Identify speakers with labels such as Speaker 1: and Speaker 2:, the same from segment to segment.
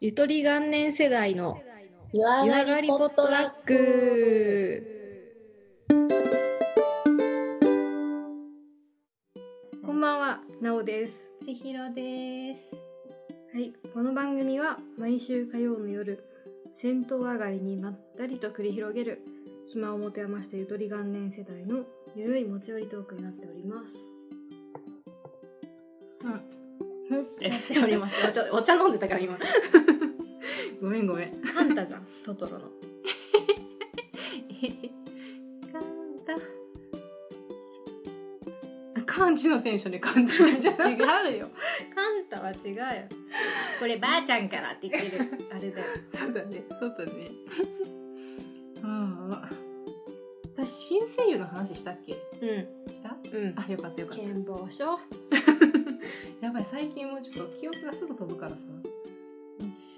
Speaker 1: ゆとり元年世代の
Speaker 2: 湯上
Speaker 1: 湯
Speaker 2: が
Speaker 1: 上が
Speaker 2: り
Speaker 1: り
Speaker 2: ポ
Speaker 1: ポ
Speaker 2: ッ
Speaker 1: ッ
Speaker 2: ト
Speaker 1: ト
Speaker 2: ラ
Speaker 1: ラ
Speaker 2: ッ
Speaker 1: ッ
Speaker 2: ク。
Speaker 1: ク。こんばんは、なおです。
Speaker 3: ちひろです。
Speaker 1: はい、この番組は毎週火曜の夜、銭湯上がりにまったりと繰り広げる暇を持て余したゆとり元年世代のゆるい持ち寄りトークになっております。
Speaker 3: うん。
Speaker 1: ふん
Speaker 3: やっております。お茶お茶飲んでたから今。ごめんごめん。
Speaker 1: カンタじゃん、トトロの。
Speaker 3: 漢字のテンションで簡単じゃん。
Speaker 1: 違うよ。カンタは違うよ。 こればあちゃんからって言ってる あれだよ。
Speaker 3: そうだね。そうだね。うん。私新声優の話したっけ？した？
Speaker 1: うん。うん。
Speaker 3: あよかったよかった。
Speaker 1: 健忘症
Speaker 3: やばい最近もうちょっと記憶がすぐ飛ぶからさ。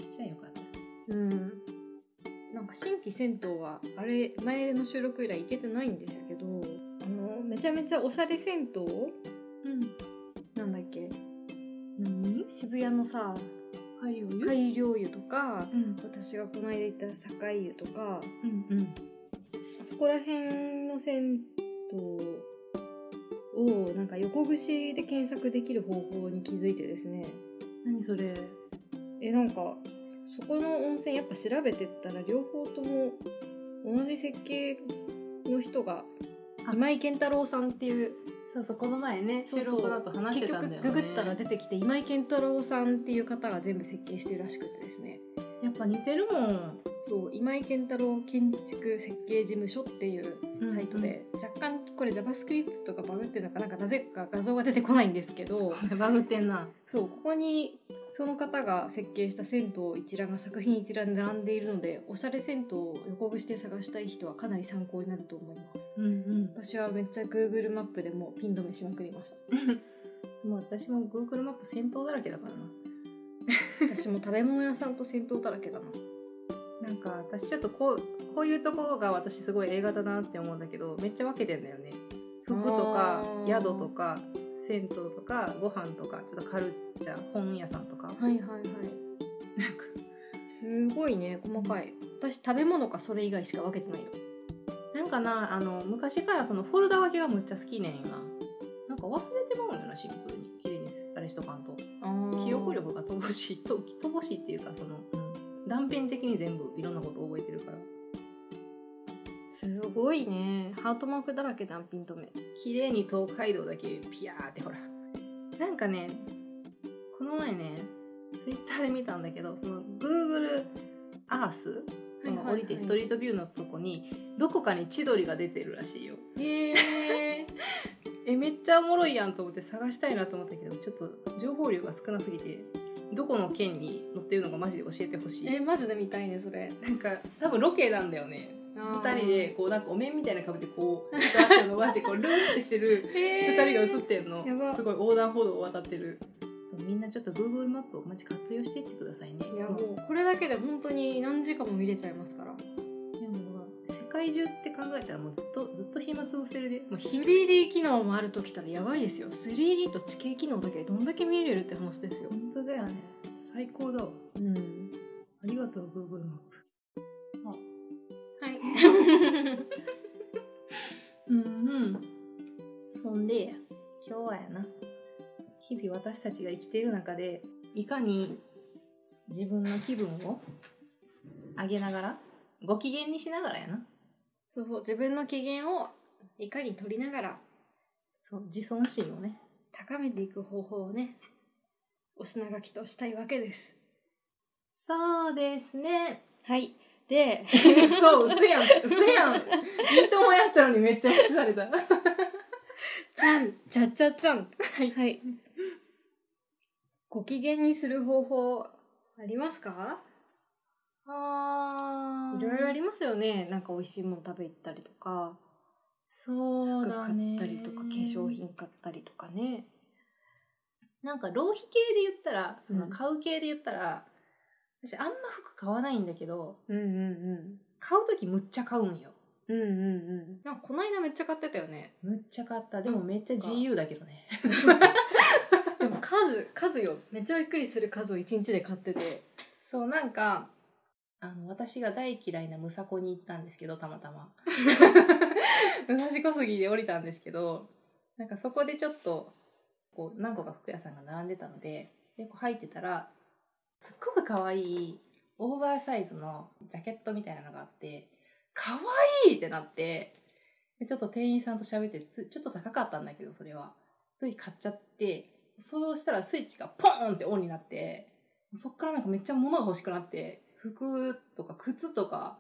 Speaker 3: しちゃよかった。
Speaker 1: うん。なんか新規銭湯はあれ前の収録以来行けてないんですけど、あのめちゃめちゃおしゃれ銭湯
Speaker 3: うん。
Speaker 1: なんだっけ
Speaker 3: 何？
Speaker 1: 渋谷のさ
Speaker 3: 海洋湯。
Speaker 1: 改良湯とか、
Speaker 3: うん
Speaker 1: 私がこの間行った境湯とか
Speaker 3: うんうん。
Speaker 1: あそこら辺の銭湯をなんか横串で検索できる方法に気づいてですね
Speaker 3: 何それ？
Speaker 1: えなんかそこの温泉やっぱ調べてったら両方とも同じ設計の人が
Speaker 3: あ
Speaker 1: 今井健太郎さんっていう
Speaker 3: そうそうこの前ね
Speaker 1: そう
Speaker 3: 収
Speaker 1: そう
Speaker 3: 録だと話し
Speaker 1: 結
Speaker 3: てた
Speaker 1: 局
Speaker 3: んだよ
Speaker 1: グ
Speaker 3: ね。
Speaker 1: グったら出てきて今井健太郎さんっていう方が全部設計してるらしくてですね
Speaker 3: やっぱ似てるもん。
Speaker 1: そう今井健太郎建築設計事務所っていうサイトで、若干これ JavaScript とかバグってるのかなんかなぜか画像が出てこないんですけど
Speaker 3: バグってんな。
Speaker 1: そうここにその方が設計した銭湯一覧が作品一覧で並んでいるのでおしゃれ銭湯を横串で探したい人はかなり参考になると思います
Speaker 3: うんうん。
Speaker 1: 私はめっちゃ Google マップでもうピン止めしまくりました
Speaker 3: もう私も Google マップ戦闘だらけだからな。
Speaker 1: 私も食べ物屋さんと銭湯だらけだな
Speaker 3: なんか私ちょっとこうこういうところが私すごい A 型だなって思うんだけどめっちゃ分けてんだよね。服とか
Speaker 1: あー
Speaker 3: 宿とか銭湯とかご飯とかちょっとカルチャー本屋さんとか。
Speaker 1: はいはいはい
Speaker 3: なんか
Speaker 1: すごいね細かい私食べ物かそれ以外しか分けてないよ
Speaker 3: なんかなあの昔からそのフォルダ分けがむっちゃ好きねんよな。なんか忘れてまうんよなシンプルに綺麗にあれしとかんと。記憶力が乏しいと乏しいっていうかその、断片的に全部いろんなことを覚えてるから
Speaker 1: すごいねハートマークだらけじゃんピン止め
Speaker 3: 綺麗に東海道だけピヤーってほらなんかねこの前ねツイッターで見たんだけどその Google アースその降りてストリートビューのとこにどこかに千鳥が出てるらしいよ
Speaker 1: へえ
Speaker 3: えめっちゃおもろいやんと思って探したいなと思ったけどちょっと情報量が少なすぎてどこの県に載ってるのかマジで教えてほし い
Speaker 1: えマジで見たいねそれ
Speaker 3: なんか多分ロケなんだよね
Speaker 1: 2
Speaker 3: 2人でこうなんかお面みたいなのかぶってこう片足を伸ばしてこうルーってしてる2
Speaker 1: 2
Speaker 3: 人が映ってんの
Speaker 1: やば
Speaker 3: すごい横断歩道を渡ってるみんなちょっと Google マップをマジ活用していってくださいね
Speaker 1: いや
Speaker 3: も
Speaker 1: もうこれだけで本当に何時間も見れちゃいますから
Speaker 3: ういやもう世界中って考えたらもうずっとずっと暇つぶせるでもうひ
Speaker 1: 3D 機能もあるときたらやばいですよ 3D と地形機能だけでどんだけ見れるって話ですよ
Speaker 3: 本当だよね最高だわ
Speaker 1: うん
Speaker 3: ありがとう Google マップ
Speaker 1: はい
Speaker 3: うんうんほんでや今日はやな日々私たちが生きている中でいかに自分の気分を上げながらご機嫌にしながらやな
Speaker 1: そうそう自分の機嫌をいかに取りながら
Speaker 3: そう自尊心をね
Speaker 1: 高めていく方法をねお品書きとしたいわけです
Speaker 3: そうですね
Speaker 1: はい で
Speaker 3: そう嘘やん嘘やんいいともやったのにめっちゃ無視された
Speaker 1: ちゃんちゃちゃちゃんはい、はい、ご機嫌にする方法ありますか
Speaker 3: あ
Speaker 1: いろいろありますよねなんか美味しいもの食べ行ったりとか
Speaker 3: そ
Speaker 1: 服
Speaker 3: うだ
Speaker 1: 買
Speaker 3: ね
Speaker 1: ったりとか化粧品買ったりとかね
Speaker 3: なんか浪費系で言ったら、その
Speaker 1: うん
Speaker 3: 買う系で言ったら私あんま服買わないんだけど
Speaker 1: うんうん
Speaker 3: 買う時むっちゃ買うんよ
Speaker 1: うんうんうんうんなんかこの間めっちゃ買ってたよね
Speaker 3: むっちゃ買ったでもめっちゃ自由だけどね
Speaker 1: でも数数よめっちゃびっくりする数を一日で買ってて
Speaker 3: そう、なんか、あの、私が大嫌いなムサコに行ったんですけど、たまた ま。武蔵小杉で降りたんですけど、なんかそこでちょっと、こう、何個か服屋さんが並んでたので、で、こう入ってたら、すっごく可愛い、オーバーサイズのジャケットみたいなのがあって、可愛いってなって、でちょっと店員さんと喋ってつ、ちょっと高かったんだけど、それは。つい買っちゃって、そうしたらスイッチがポーンってオンになって、そっからなんかめっちゃ物が欲しくなって、服とか靴とか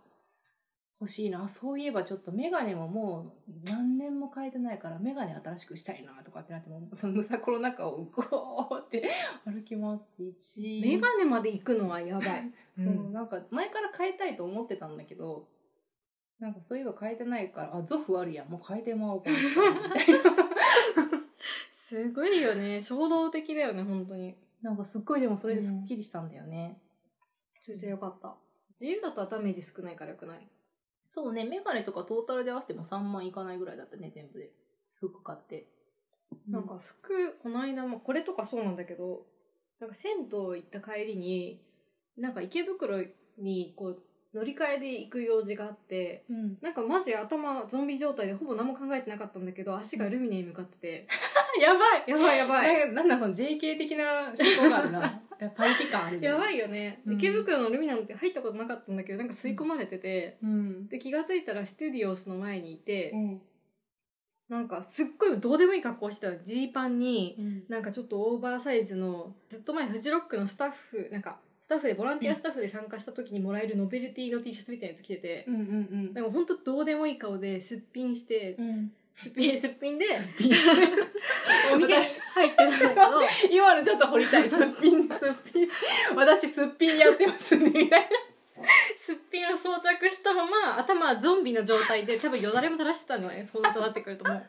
Speaker 3: 欲しいな。そういえばちょっとメガネももう何年も変えてないからメガネ新しくしたいなとかってなって、もうそのむさこの中をゴーって歩き回って一
Speaker 1: メガネまで行くのはやばい。う
Speaker 3: そう。なんか前から変えたいと思ってたんだけど、なんかそういえば変えてないから、あ、ゾフあるやん。もう変えてまおうかなみ たいな。
Speaker 1: すごいよね。衝動的だよね、本当に。
Speaker 3: なんかすっごいでもそれですっきりしたんだよね。
Speaker 1: それじゃよかった。自由だとダメージ少ないからよくない。
Speaker 3: そうね、メガネとかトータルで合わせても3万いかないぐらいだったね、全部で。服買って。
Speaker 1: なんか服、この間、まあ、これとかそうなんだけど、なんか銭湯行った帰りに、なんか池袋にこう乗り換えで行く用事があって、
Speaker 3: うん。
Speaker 1: なんかマジ頭ゾンビ状態でほぼ何も考えてなかったんだけど、足がルミネに向かってて、
Speaker 3: やばい
Speaker 1: やばいやばい。
Speaker 3: なんかなんだその JK 的な思考があるな。い やパリピ感あるね。
Speaker 1: やば
Speaker 3: い。
Speaker 1: いよね。
Speaker 3: うん
Speaker 1: 池袋のルミネなんて入ったことなかったんだけど、なんか吸い込まれてて、
Speaker 3: うん。
Speaker 1: で、気がついたらステュディオスの前にいて、
Speaker 3: ん。
Speaker 1: なんかすっごいどうでもいい格好してたのジーパンに、
Speaker 3: うん
Speaker 1: なんかちょっとオーバーサイズのずっと前フジロックのスタッフなんかスタッフでボランティアスタッフで参加した時にもらえるノベルティの T シャツみたいなやつ着てて、
Speaker 3: うんうん
Speaker 1: でもほんとどうでもいい顔ですっぴんして、
Speaker 3: うん。
Speaker 1: すっぴんすっぴんで
Speaker 3: ピンして
Speaker 1: お店に入ってたんだけど
Speaker 3: 今のちょっと掘りたい。すっぴん、すっぴん。私、すっぴんやってますね。みたい
Speaker 1: すっぴんを装着したまま頭はゾンビの状態で多分よだれも垂らしてたんじゃないそうなとなってくるともう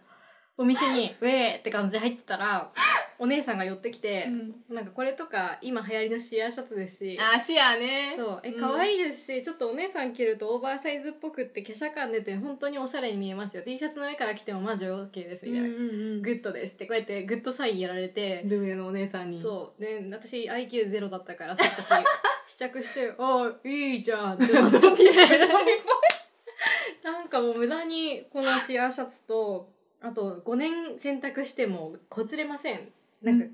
Speaker 1: お店にウェーって感じで入ってたらお姉さんが寄ってきて、なんかこれとか今流行りのシアーシャツですし
Speaker 3: な。あ、シアねそう。
Speaker 1: そうえ
Speaker 3: ん
Speaker 1: 可愛いですし、ちょっとお姉さん着るとオーバーサイズっぽくって華奢感出て本当におしゃれに見えますよ T シャツの上から着てもマジ OK ですみたいな、
Speaker 3: ん
Speaker 1: グッドですってこうやってグッドサインやられて、
Speaker 3: ルミネのお姉さんに。
Speaker 1: そうで私 IQ0 だったからその時試着 して「あいいじゃん」って
Speaker 3: ゾ
Speaker 1: な
Speaker 3: ン
Speaker 1: っ
Speaker 3: ビ
Speaker 1: ちゃっ
Speaker 3: っぽい
Speaker 1: てなんかもう無駄にこのシアーシャツとあと5年洗濯してもこつれませんなん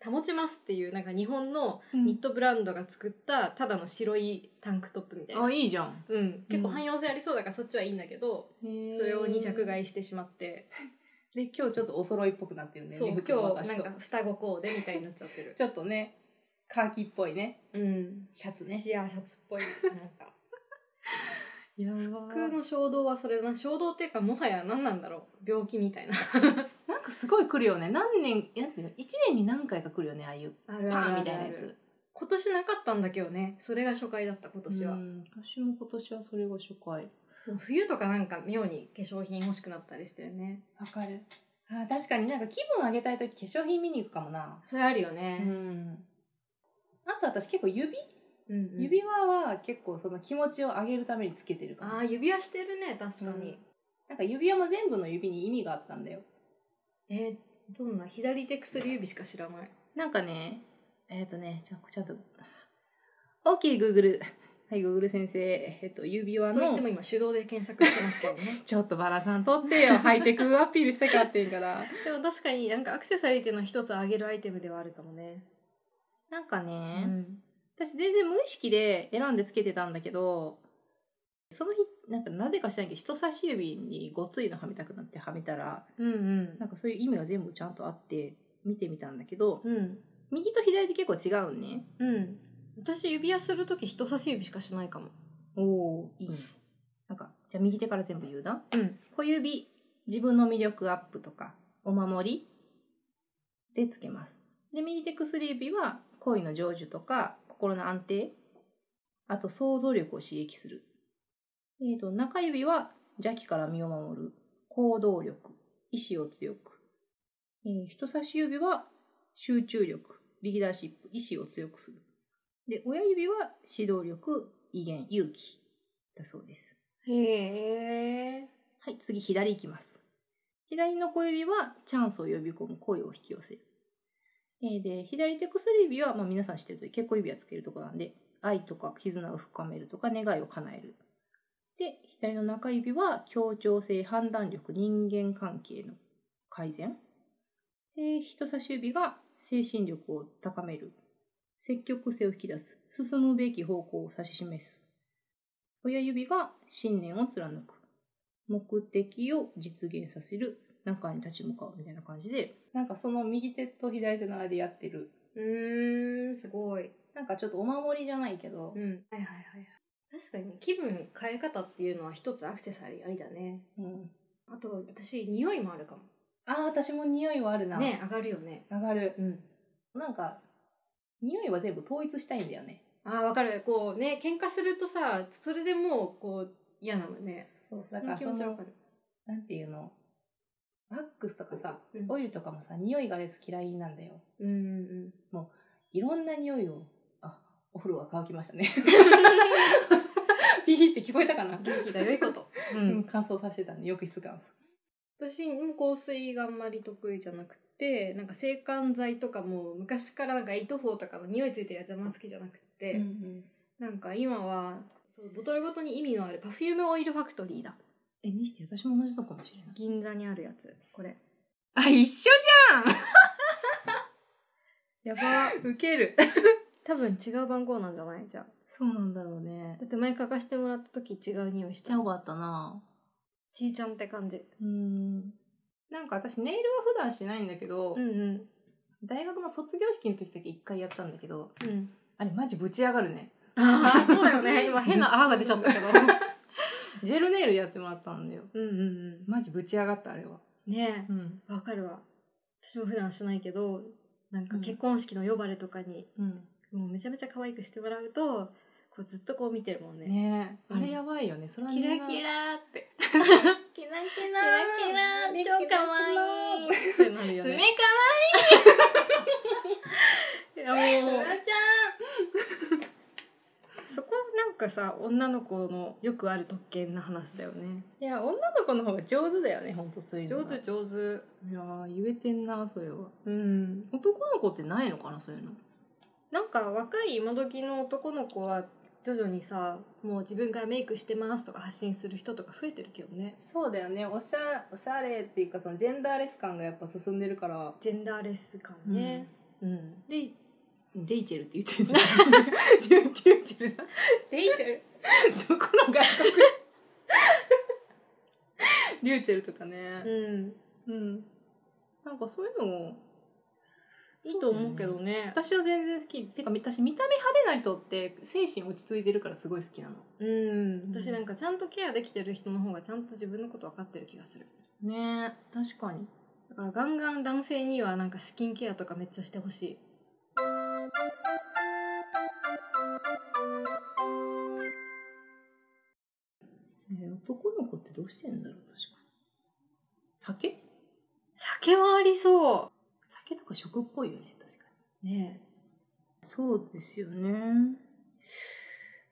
Speaker 1: か保ちますっていうなんか日本の
Speaker 3: う
Speaker 1: ニッ
Speaker 3: ん。
Speaker 1: トブランドが作ったただの白いタンクトップみたいな
Speaker 3: あ、。いいじゃん。
Speaker 1: うん、結構
Speaker 3: うん
Speaker 1: 汎用性ありそうだからそっちはいいんだけど、
Speaker 3: そ
Speaker 1: それを2着
Speaker 3: い
Speaker 1: 買いしてしまって、
Speaker 3: で今日ちょっとお揃いっぽくなってるね
Speaker 1: そう
Speaker 3: 寝
Speaker 1: 今
Speaker 3: 袋
Speaker 1: 日
Speaker 3: 私
Speaker 1: なん
Speaker 3: と
Speaker 1: か双子コーデみたいに なっちゃってる
Speaker 3: ちょっとねカーキっぽいね
Speaker 1: うん
Speaker 3: シャツ
Speaker 1: シアーシャツっぽいなん か
Speaker 3: やば
Speaker 1: 服の衝動はそれだな衝動っていうかもはや何なんだろう病気みたいな
Speaker 3: なんかすごい来るよね何年なんていうの1年に何回か来るよねああいう
Speaker 1: あ
Speaker 3: パ
Speaker 1: る
Speaker 3: ーンみたいなやつ
Speaker 1: 今年なかったんだけどねそれが初回だった今年は、
Speaker 3: うん私も今年はそれが初回
Speaker 1: でも冬とかなんか妙に化粧品欲しくなったりしてるね
Speaker 3: わかるあー確かになんか気分上げたい時化粧品見に行くかもな
Speaker 1: それあるよ
Speaker 3: う
Speaker 1: ね、
Speaker 3: んあと私結構
Speaker 1: う
Speaker 3: 指、
Speaker 1: んうん
Speaker 3: 指輪は結構その気持ちを上げるためにつけてるか
Speaker 1: あ
Speaker 3: ら
Speaker 1: あ指輪してるね確かに、
Speaker 3: なんか指輪も全部の指に意味があったんだよ
Speaker 1: えーどんな左手薬指しか知らない
Speaker 3: なんかね、えっ、とね、ちょちょっと、OK、Google。はい、Google 先生。えっと、指輪
Speaker 1: と言っ
Speaker 3: の
Speaker 1: ても、今手動で検索してますけどね
Speaker 3: ちょっとバラさん取って よ。ハイテクアピールしたかってんから。
Speaker 1: でも確かになんかアクセサリーっていうのは一つあげるアイテムではあるかもね、
Speaker 3: なんか
Speaker 1: う
Speaker 3: ね、
Speaker 1: ん、
Speaker 3: 私全然無意識で選んでつけてたんだけど、その日、なんかなぜか知らんけど、人差し指にごついのはめたくなってはめたら、
Speaker 1: うん
Speaker 3: なんかそういう意味が全部ちゃんとあって、見てみたんだけど、
Speaker 1: うんうん
Speaker 3: 右と左で結構違うんね。
Speaker 1: うん私指輪する時人差し指しかしないかも
Speaker 3: おおいいね。なんか、じゃあ右手から全部言うな。
Speaker 1: うん
Speaker 3: 小指、自分の魅力アップとか、お守りでつけます。で、右手薬指は恋の成就とか、心の安定、あと想像力を刺激する。えっ、と、中指は邪気から身を守る、行動力、意志を強く。えー人差し指は集中力、リーダーシップ、意志を強くする。で、親指は指導力、威厳、勇気だそうです。
Speaker 1: へえ
Speaker 3: はい、次左行きます。左の小指はチャンスを呼び込む声を引き寄せる。えーで、左手薬指は、まあ皆さん知ってると結構指輪つけるとこなんで、愛とか絆を深めるとか願いを叶えるで左の中指は協調性判断力人間関係の改善で人差し指が精神力を高める積極性を引き出す進むべき方向を指し示す親指が信念を貫く目的を実現させる難関に立ち向かうみたいな感じでなんかその右手と左手の間でやってる
Speaker 1: うーん、すごい。
Speaker 3: なんかちょっとお守りじゃないけど、
Speaker 1: ん。はいはいはいはい。確かにね、気分変え方っていうのは一つアクセサリーありだね。
Speaker 3: うん
Speaker 1: あと、私、匂いもあるかも。
Speaker 3: ああ私も匂いはあるな、
Speaker 1: ね、上がるよね。
Speaker 3: 上がる
Speaker 1: うん。
Speaker 3: なんか匂いは全部統一したいんだよね
Speaker 1: ああ、わかる。こうね、喧嘩するとさ、それでもう、こう、嫌なのね。
Speaker 3: そう
Speaker 1: そ
Speaker 3: だか
Speaker 1: の
Speaker 3: ら
Speaker 1: 気
Speaker 3: そ
Speaker 1: 持
Speaker 3: の
Speaker 1: ちわかる。
Speaker 3: なんていうのワックスとかさ、
Speaker 1: うん
Speaker 3: オイルとかもさ匂いがレス嫌いなんだよ
Speaker 1: うんうん
Speaker 3: いろんな匂いをあお風呂が乾きました ねピーって聞こえたかな
Speaker 1: うん。元気が良い こと。う
Speaker 3: う。ん、乾燥させてたんで浴室乾燥
Speaker 1: 私も香水があんまり得意じゃなくてなんか制汗剤とかも昔からなんかエイトフォーとかの匂いついてるやつはあんま好きじゃなくて、なんか今はそうボトルごとに意味のあるパフュームオイルファクトリーだ
Speaker 3: え見して私も同じとこかもしれない
Speaker 1: 銀座にあるやつこれ
Speaker 3: あ一緒
Speaker 1: や ば
Speaker 3: ウケる
Speaker 1: 多分違う番号なんじゃないじゃあ
Speaker 3: そうなんだろうね
Speaker 1: だって前書かしてもらった時違う匂いし
Speaker 3: ち
Speaker 1: ち
Speaker 3: ゃ
Speaker 1: ゃ
Speaker 3: う
Speaker 1: う
Speaker 3: かったな
Speaker 1: ちーちゃんって感じ
Speaker 3: うんなんか私ネイルは普段しないんだけど、
Speaker 1: うんうん
Speaker 3: 大学の卒業式の時だけ一回やったんだけど
Speaker 1: うん
Speaker 3: あれマジぶち上がるね
Speaker 1: ああ そうだよね今変な泡が出ちゃ ったけど
Speaker 3: ジェルネイルやってもらったんだよ
Speaker 1: うんうんうん
Speaker 3: マジぶち上がったあれは
Speaker 1: ねえ
Speaker 3: うん
Speaker 1: わかるわ私も普段しないけどなんか
Speaker 3: うん
Speaker 1: 結婚式の呼ばれとかに、
Speaker 3: うん
Speaker 1: もうめちゃめちゃ可愛くしてもらうとこうずっとこう見てるもんね
Speaker 3: ね
Speaker 1: う
Speaker 3: え
Speaker 1: ん
Speaker 3: あれやばいよねそれは
Speaker 1: キ
Speaker 3: みん
Speaker 1: ラ
Speaker 3: な
Speaker 1: キラーって
Speaker 3: キラキ
Speaker 1: キラキラー超可愛い
Speaker 3: い
Speaker 1: ってなるよねいや もうそこなんかさ女の子のよくある特権な話だよね
Speaker 3: いや女の子の方が上手だよねほんとそういう
Speaker 1: 上
Speaker 3: のが
Speaker 1: 手上手
Speaker 3: いやー言えてんなそれは
Speaker 1: うん
Speaker 3: 男の子ってないのかなそういうの
Speaker 1: なんか若い今時の男の子は徐々にさもう自分からメイクしてますとか発信する人とか増えてるけどね
Speaker 3: そうだよねおしゃおしゃれっていうかそのジェンダーレス感がやっぱ進んでるから
Speaker 1: ジェンダーレス感ね、
Speaker 3: うん
Speaker 1: で
Speaker 3: レイチェルって言ってるじゃんリュウチェルだ
Speaker 1: レイチェル
Speaker 3: どこの外国リュウチェルとかね
Speaker 1: うん
Speaker 3: うん、なんかそういうのを
Speaker 1: いいと思うけどね
Speaker 3: 私は全然好きてか私見た目派手な人って精神落ち着いてるからすごい好きなの
Speaker 1: うん私なんかちゃんとケアできてる人の方がちゃんと自分のこと分かってる気がする
Speaker 3: ね確かに
Speaker 1: だからガンガン男性にはなんかスキンケアとかめっちゃしてほしい
Speaker 3: 男の子ってどうしてんだろう確かに酒
Speaker 1: 酒はありそ
Speaker 3: 酒とか食っぽいよね確か
Speaker 1: うね
Speaker 3: にそうですよね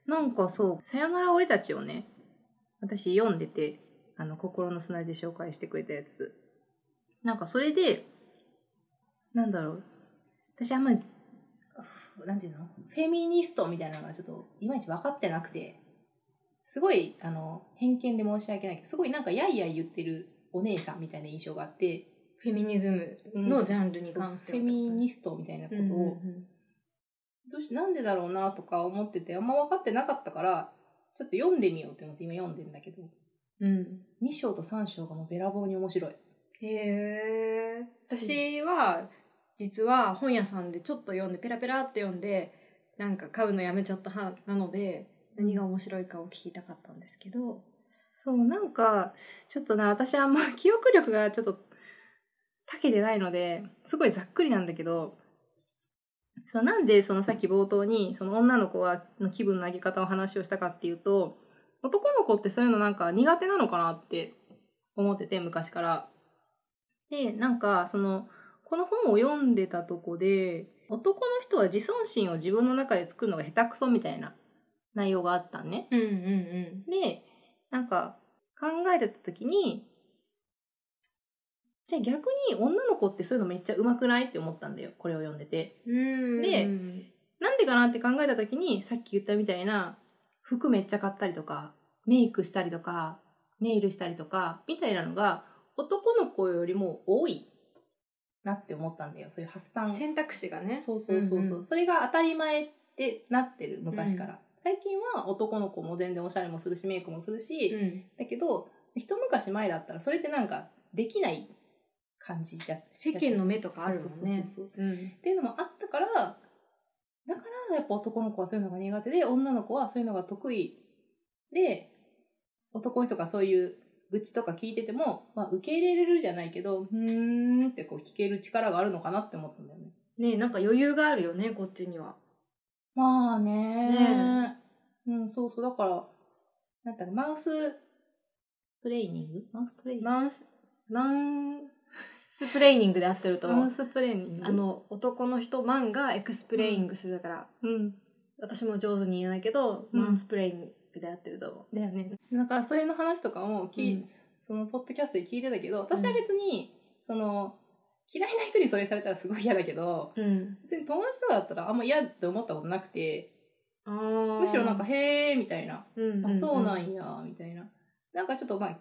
Speaker 3: なんかそう「さよなら俺たち」をね私読んでてあの心の砂で紹介してくれたやつなんかそれでなんだろう私あんまりなんていうのフェミニストみたいなのがちょっといまいち分かってなくてすごいあの偏見で申し訳ないけどすごいなんかやいやい言ってるお姉さんみたいな印象があって
Speaker 1: フェミニズムのジャンルに関して
Speaker 3: フェミニストみたいなことを、どうしなんでだろうなとか思っててあんま分かってなかったからちょっと読んでみようって思って今読んでんだけど
Speaker 1: うん
Speaker 3: 2章と3章がもうべらぼうに面白い
Speaker 1: へえ私は実は本屋さんでちょっと読んでペラペラって読んでなんか買うのやめちゃった派なので何が面白いかを聞きたかったんですけど
Speaker 3: そうなんかちょっとな私あんま 記憶力がちょっとたけでないのですごいざっくりなんだけどそうなんでそのさっき冒頭にその女の子はの気分の上げ方を話をしたかっていうと男の子ってそういうのなんか苦手なのかなって思ってて昔から。でなんかそのこの本を読んでたとこで男の人は自尊心を自分の中で作るのが下手くそみたいな内容があったんね。
Speaker 1: うんうんうん
Speaker 3: でなんか考えてた時にじゃあ逆に女の子ってそういうのめっちゃ上手くないって思ったんだよこれを読んでて
Speaker 1: うん
Speaker 3: でなんでかなって考えた時にさっき言ったみたいな服めっちゃ買ったりとかメイクしたりとかネイルしたりとかみたいなのが男の子よりも多いなって思ったんだよそういう発散
Speaker 1: 選択肢がね
Speaker 3: そうそうそうそう、
Speaker 1: うんうん
Speaker 3: それが当たり前ってなってる昔から、最近は男の子も全然おしゃれもするしメイクもするし、
Speaker 1: うん
Speaker 3: だけど一昔前だったらそれってなんかできない感じじゃ
Speaker 1: 世間の目とかあるもんね
Speaker 3: そうそうそうそう
Speaker 1: うん
Speaker 3: っていうのもあったからだからやっぱ男の子はそういうのが苦手で女の子はそういうのが得意で男の人がそういう愚痴とか聞いてても、まあ、受け入れれるじゃないけどうーんってこう聞ける力があるのかなって思ったんだよね。
Speaker 1: ねなんか余裕があるよねこっちには
Speaker 3: まあね
Speaker 1: ね
Speaker 3: うん、そうそうだからなんだろうマウストレーニングマウストレーニング
Speaker 1: マンスマンスプレーニングで合ってると
Speaker 3: マウストレーニング
Speaker 1: あ、の男の人マンがエクスプレイングするだから、
Speaker 3: うん、
Speaker 1: 私も上手に言えないけど、
Speaker 3: うん
Speaker 1: マンスプレイングでやってると思
Speaker 3: だよねだからそれの話とかも
Speaker 1: う、
Speaker 3: 聞い、
Speaker 1: うん
Speaker 3: そのポッドキャストで聞いてたけど私は別に、その嫌いな人にそれされたらすごい嫌だけど別に友達とかだったらあんま嫌って思ったことなくて
Speaker 1: あー
Speaker 3: むしろなんか「へえ」みたいな
Speaker 1: うん
Speaker 3: 「あそうなんや」みたいななんかちょっとまあ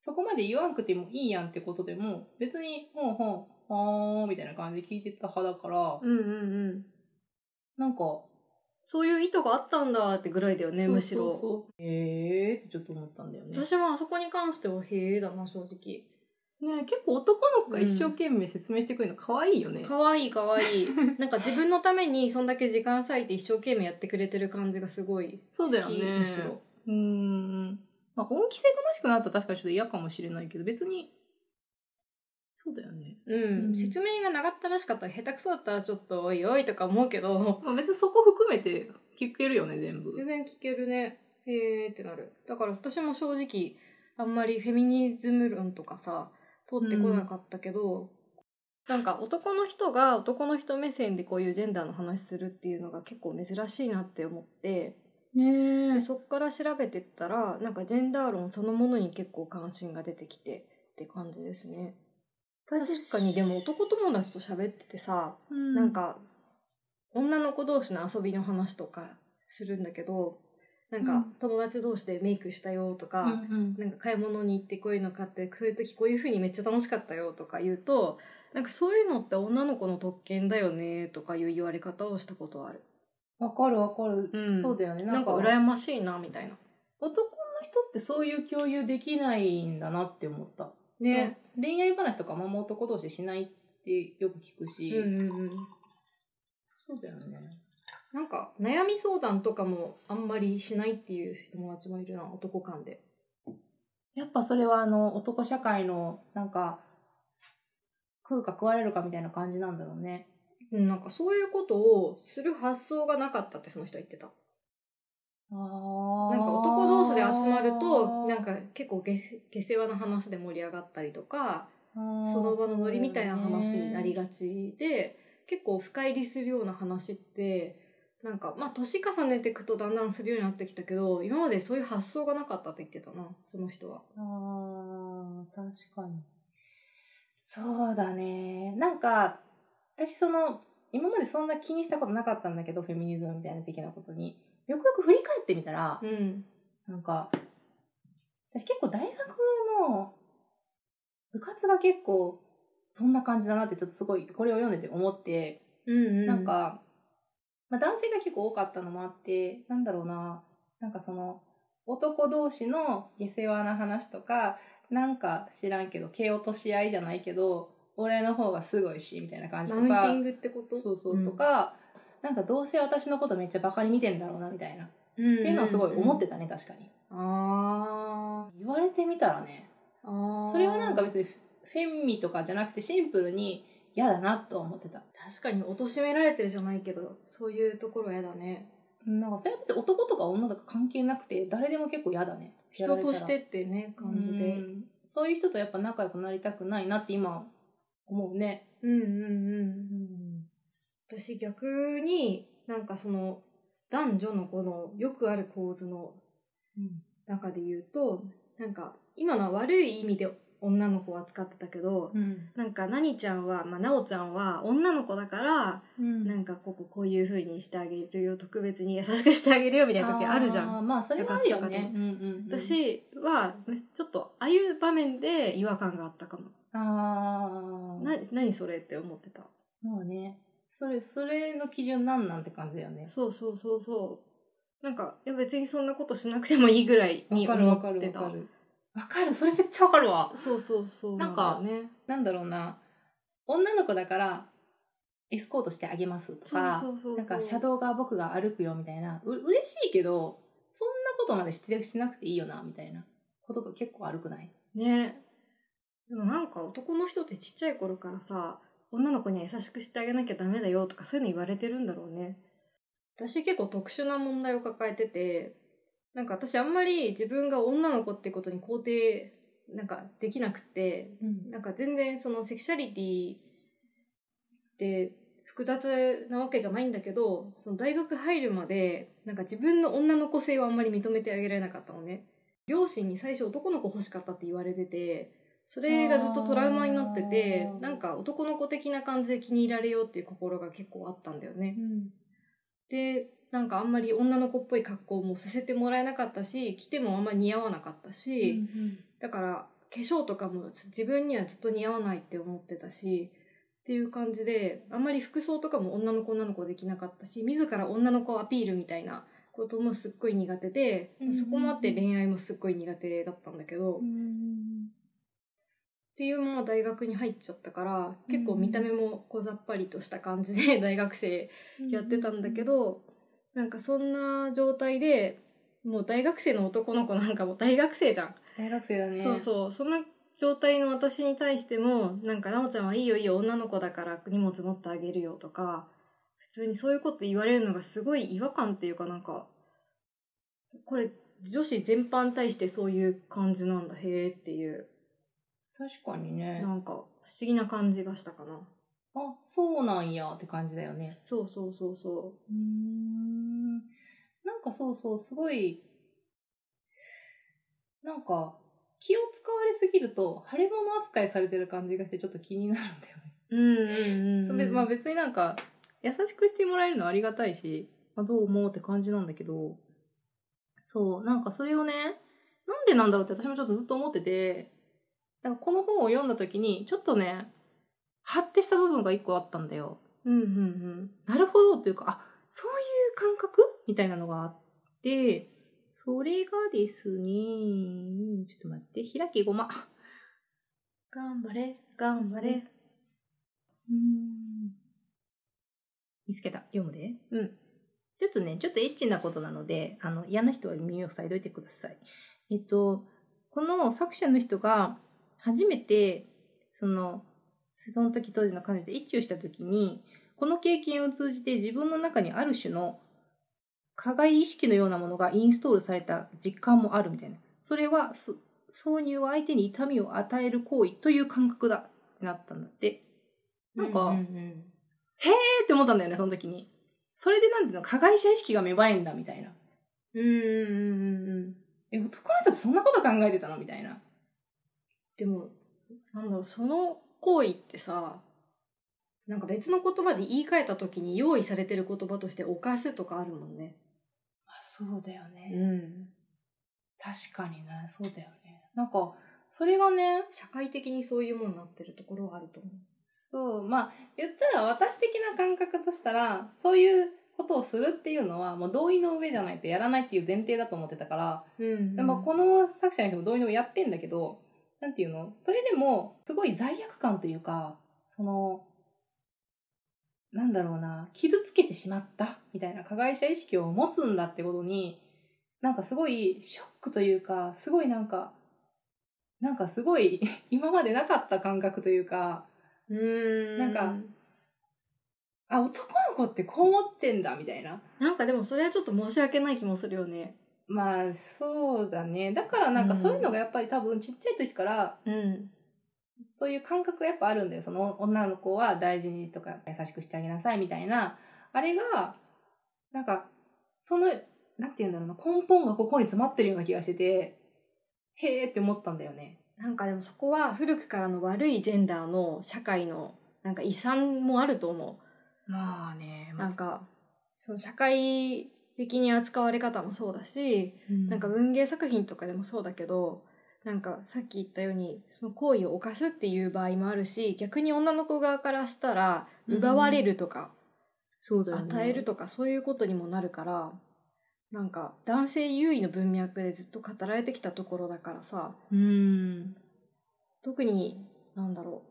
Speaker 3: そこまで言わんくてもいいやんってことでも別に「ほんほんほーん」みたいな感じで聞いてた派だから、
Speaker 1: うんうんうん
Speaker 3: なんか
Speaker 1: そういう意図があったんだってぐらいだよねむし
Speaker 3: そう
Speaker 1: ろ
Speaker 3: そうそうへえってちょっと思ったんだよね。
Speaker 1: 私もあそこに関してはへえだな正直
Speaker 3: ね結構男の子が一生懸命説明してくれるの可愛いよね。
Speaker 1: かわいいかわ いいなんか自分のためにそんだけ時間割いて一生懸命やってくれてる感じがすごい
Speaker 3: そうだよ
Speaker 1: 好き
Speaker 3: ね
Speaker 1: むしろ。
Speaker 3: うーん。まあ、恩着せがましくなったら確かにちょっと嫌かもしれないけど、別に、そうだよね。
Speaker 1: うん、
Speaker 3: うん
Speaker 1: 説明が長ったらしかったら下手くそだったらちょっとおいおいとか思うけど
Speaker 3: まあ、別にそこ含めて聞けるよね、全部。
Speaker 1: 全然聞けるねへーってなるだから私も正直あんまりフェミニズム論とかさ通ってこなかったけど、なんか男の人が男の人目線でこういうジェンダーの話するっていうのが結構珍しいなって思って
Speaker 3: ね
Speaker 1: でそっから調べてったらなんかジェンダー論そのものに結構関心が出てきてって感じですね確かにでも男友達と喋っててさ、
Speaker 3: な
Speaker 1: なん、か女の子同士の遊びの話とかするんだけどなん
Speaker 3: う
Speaker 1: か
Speaker 3: ん
Speaker 1: 友達同士でメイクしたよとか、
Speaker 3: うんうん
Speaker 1: なんか買い物に行ってこういうの買ってそういう時こういう風にめっちゃ楽しかったよとか言うとなんかそういうのって女の子の特権だよねとかいう言われ方をしたことはある
Speaker 3: わかるわかる、
Speaker 1: うん
Speaker 3: そうだよね。
Speaker 1: な
Speaker 3: なんん
Speaker 1: か
Speaker 3: か、
Speaker 1: 羨ましいなみたいな
Speaker 3: 男の人ってそういう共有できないんだなって思った。
Speaker 1: ね、
Speaker 3: うん恋愛話とかあんま男同士しないってよく聞くし、
Speaker 1: うんうんうん、
Speaker 3: そうだよね。
Speaker 1: なんか悩み相談とかもあんまりしないっていう友達もいるな男間で
Speaker 3: やっぱそれはあの男社会のなんか食うか食われるかみたいな感じなんだろうね。
Speaker 1: うんなんかそういうことをする発想がなかったってその人は言ってた
Speaker 3: な
Speaker 1: なんか男同士で集まるとなんか結構下世下世話な話で盛り上がったりとか
Speaker 3: そ
Speaker 1: その場のノリみたいな話になりが
Speaker 3: ち。
Speaker 1: ちで結構深入りするような話ってなんかまあ年重ねていくとだんだんするようになってきたけど今までそういう発想がなかったって言ってたなその人は。
Speaker 3: あー確かに。そうだね。なんか私その今までそんな気にしたことなかったんだけどフェミニズムみたいな的なことによくよく振り返ってみたら、
Speaker 1: うん、
Speaker 3: なんか、私結構大学の部活が結構そんな感じだなってちょっとすごいこれを読んでて思って、
Speaker 1: うんうん、
Speaker 3: なんか、まあ、男性が結構多かったのもあって、なんだろうな、なんかその男同士の下世話な話とか、なんか知らんけど、蹴落とし合いじゃないけど、俺の方がすごいし、みたいな感じ
Speaker 1: マ
Speaker 3: と
Speaker 1: ウ
Speaker 3: か。
Speaker 1: ンティングってこと
Speaker 3: そうそう、
Speaker 1: ん
Speaker 3: とか、なんかどうせ私のことめっちゃバカに見てんだろうな、みたいな。っ
Speaker 1: うんうんうん
Speaker 3: ていうのはすごい思ってたね、確かに。
Speaker 1: あ
Speaker 3: 言われてみたらね
Speaker 1: ーあー
Speaker 3: それはなんか別にフェミとかじゃなくてシンプルに嫌だなとは思ってた
Speaker 1: 確かに貶められてるじゃないけどそういうところはやだね
Speaker 3: なんかそれは別に男とか女とか関係なくて誰でも結構嫌だね
Speaker 1: 人とし
Speaker 3: やられ
Speaker 1: てってね
Speaker 3: たら
Speaker 1: 感じで
Speaker 3: うんそういう人とやっぱ仲良くなりたくないなって今思うね
Speaker 1: うんうんうん
Speaker 3: うん
Speaker 1: 私逆になんかその男女のこのよくある構図の中で言うとなんか今のは悪い意味で女の子を扱ってたけど、
Speaker 3: うん
Speaker 1: なんか何ちゃんは、まあ、なおちゃんは女の子だから、
Speaker 3: うん
Speaker 1: なんかこここういう風にしてあげるよ特別に優しくしてあげるよみたいな時あるじゃん。
Speaker 3: ーまあそれはあるよね、
Speaker 1: 部
Speaker 3: うんうんうん、
Speaker 1: 私はちょっとああいう場面で違和感があったかも。
Speaker 3: ああ
Speaker 1: な何それって思ってた。
Speaker 3: もうねそれそれの基準なんなんって感じだよね
Speaker 1: そうそうそうそう。なんかいや別にそんなことしなくてもいいぐらいに思ってた。
Speaker 3: わかるそれめっちゃわかるわ
Speaker 1: そうそうそう。
Speaker 3: なんか
Speaker 1: だよね。
Speaker 3: なんだろうな女の子だからエスコートしてあげますと
Speaker 1: そう
Speaker 3: か
Speaker 1: そうそうそう。
Speaker 3: なんか車道が僕が歩くよみたいなう嬉しいけどそんなことまでしてしなくていいよなみたいなことと結構悪くない
Speaker 1: ねでもなんか男の人ってちっちゃい頃からさ女の子には優しくしてあげなきゃダメだよとかそういうの言われてるんだろうね私結構特殊な問題を抱えててなんか私あんまり自分が女の子ってことに肯定なんかできなくて
Speaker 3: うん
Speaker 1: なんか全然そのセクシャリティって複雑なわけじゃないんだけどその大学入るまでなんか自分の女の子性はあんまり認めてあげられなかったのね両親に最初男の子欲しかったって言われててそれがずっとトラウマになってて
Speaker 3: あー
Speaker 1: なんか男の子的な感じで気に入られようっていう心が結構あったんだよねでなんかあんまり女の子っぽい格好もさせてもらえなかったし着てもあんまり似合わなかったし、だから化粧とかも自分にはずっと似合わないって思ってたしっていう感じであんまり服装とかも女の子女の子できなかったし自ら女の子をアピールみたいなこともすっごい苦手で、
Speaker 3: うんうんうん
Speaker 1: そこもあって恋愛もすっごい苦手だったんだけど、っ
Speaker 3: ん
Speaker 1: ていうまま大学に入っちゃったから結構見た目も小ざっぱりとした感じで大学生やってたんだけど、なんかそんな状態でもう大学生の男の子なんかもう大学生じゃん。
Speaker 3: 大学生だね
Speaker 1: そうそうそんな状態の私に対してもなんか「奈緒ちゃんはいいよいいよ女の子だから荷物持ってあげるよ」とか普通にそういうこと言われるのがすごい違和感っていうかなんかこれ女子全般に対してそういう感じなんだへえっていう
Speaker 3: 確かにね
Speaker 1: なんか不思議な感じがしたかな
Speaker 3: あそうなんやって感じだよね
Speaker 1: そうそうそうそう
Speaker 3: ーんなんかそうそう、すごい、なんか、気を使われすぎると、腫れ物扱いされてる感じがして、ちょっと気になるんだよね。
Speaker 1: ううんうんうん
Speaker 3: それまあ別になんか、優しくしてもらえるのはありがたいし、まあ、どう思うって感じなんだけど、そう、なんかそれをね、なんでなんだろうって私もちょっとずっと思ってて、なんかこの本を読んだ時に、ちょっとね、ハッてした部分が一個あったんだよ。
Speaker 1: うんうんうん
Speaker 3: なるほどっていうか、あ、そういう感覚みたいなのがあって、それがですね、ちょっと待って、開きごま。
Speaker 1: 頑張れ頑張れ
Speaker 3: うん見つけた。読むで。
Speaker 1: うん
Speaker 3: ちょっとね、ちょっとエッチなことなので、あの、嫌な人は耳を塞いどいてください。えっと、この作者の人が初めて、その、その時当時の彼女とエッチをした時に、この経験を通じて自分の中にある種の加害意識のようなものがインストールされた実感もあるみたいな。それは、そ挿入は相手に痛みを与える行為という感覚だってなったんだって。なんか
Speaker 1: うんうん
Speaker 3: えーって思ったんだよね、その時に。それでなんていうの、加害者意識が芽生えんだ、みたいな。
Speaker 1: うんうんうんうんうん
Speaker 3: え、男の人ってそんなこと考えてたのみたいな。
Speaker 1: でも、なんだろう、その行為ってさ、なんか別の言葉で言い換えた時に用意されてる言葉として犯すとかあるもんね。
Speaker 3: あ、そうだよね
Speaker 1: ん。
Speaker 3: 確かにね、そうだよね。なんか、それがね、
Speaker 1: 社会的にそういうものになってるところはあると思
Speaker 3: そう、まあ、言ったら私的な感覚としたら、そういうことをするっていうのは、もう同意の上じゃないとやらないっていう前提だと思ってたから、
Speaker 1: う。うん
Speaker 3: でまあ、この作者の人も同意のやってんだけど、なんていうのそれでも、すごい罪悪感というか、その、なんだろうな、傷つけてしまった、みたいな加害者意識を持つんだってことに、なんかすごいショックというか、すごいなんか、なんかすごい 今までなかった感覚というか、
Speaker 1: うん。
Speaker 3: なんか、あ、男の子ってこう思ってんだ、みたいな。
Speaker 1: なんかでもそれはちょっと申し訳ない気もするよね。
Speaker 3: まあ、そうだね。だからなんか
Speaker 1: うん
Speaker 3: そういうのがやっぱり多分ちっちゃい時から
Speaker 1: うん。
Speaker 3: そういう感覚がやっぱあるんだよ。その女の子は大事にとか優しくしてあげなさいみたいな。あれが、なんか、その、なんて言うんだろうな、根本がここに詰まってるような気がしてて、へーって思ったんだよね。
Speaker 1: なんかでもそこは古くからの悪いジェンダーの社会のなんか遺産もあると思
Speaker 3: まあね
Speaker 1: う。なんかその社会的に扱われ方もそうだし、なんか文芸作品とかでもそうだけど、なんかさっき言ったようにその行為を犯すっていう場合もあるし、逆に女の子側からしたら
Speaker 3: うん
Speaker 1: 奪われるとか、
Speaker 3: そうだよね
Speaker 1: 与えるとかそういうことにもなるから、なんか男性優位の文脈でずっと語られてきたところだからさ、
Speaker 3: うん
Speaker 1: 特になんだろ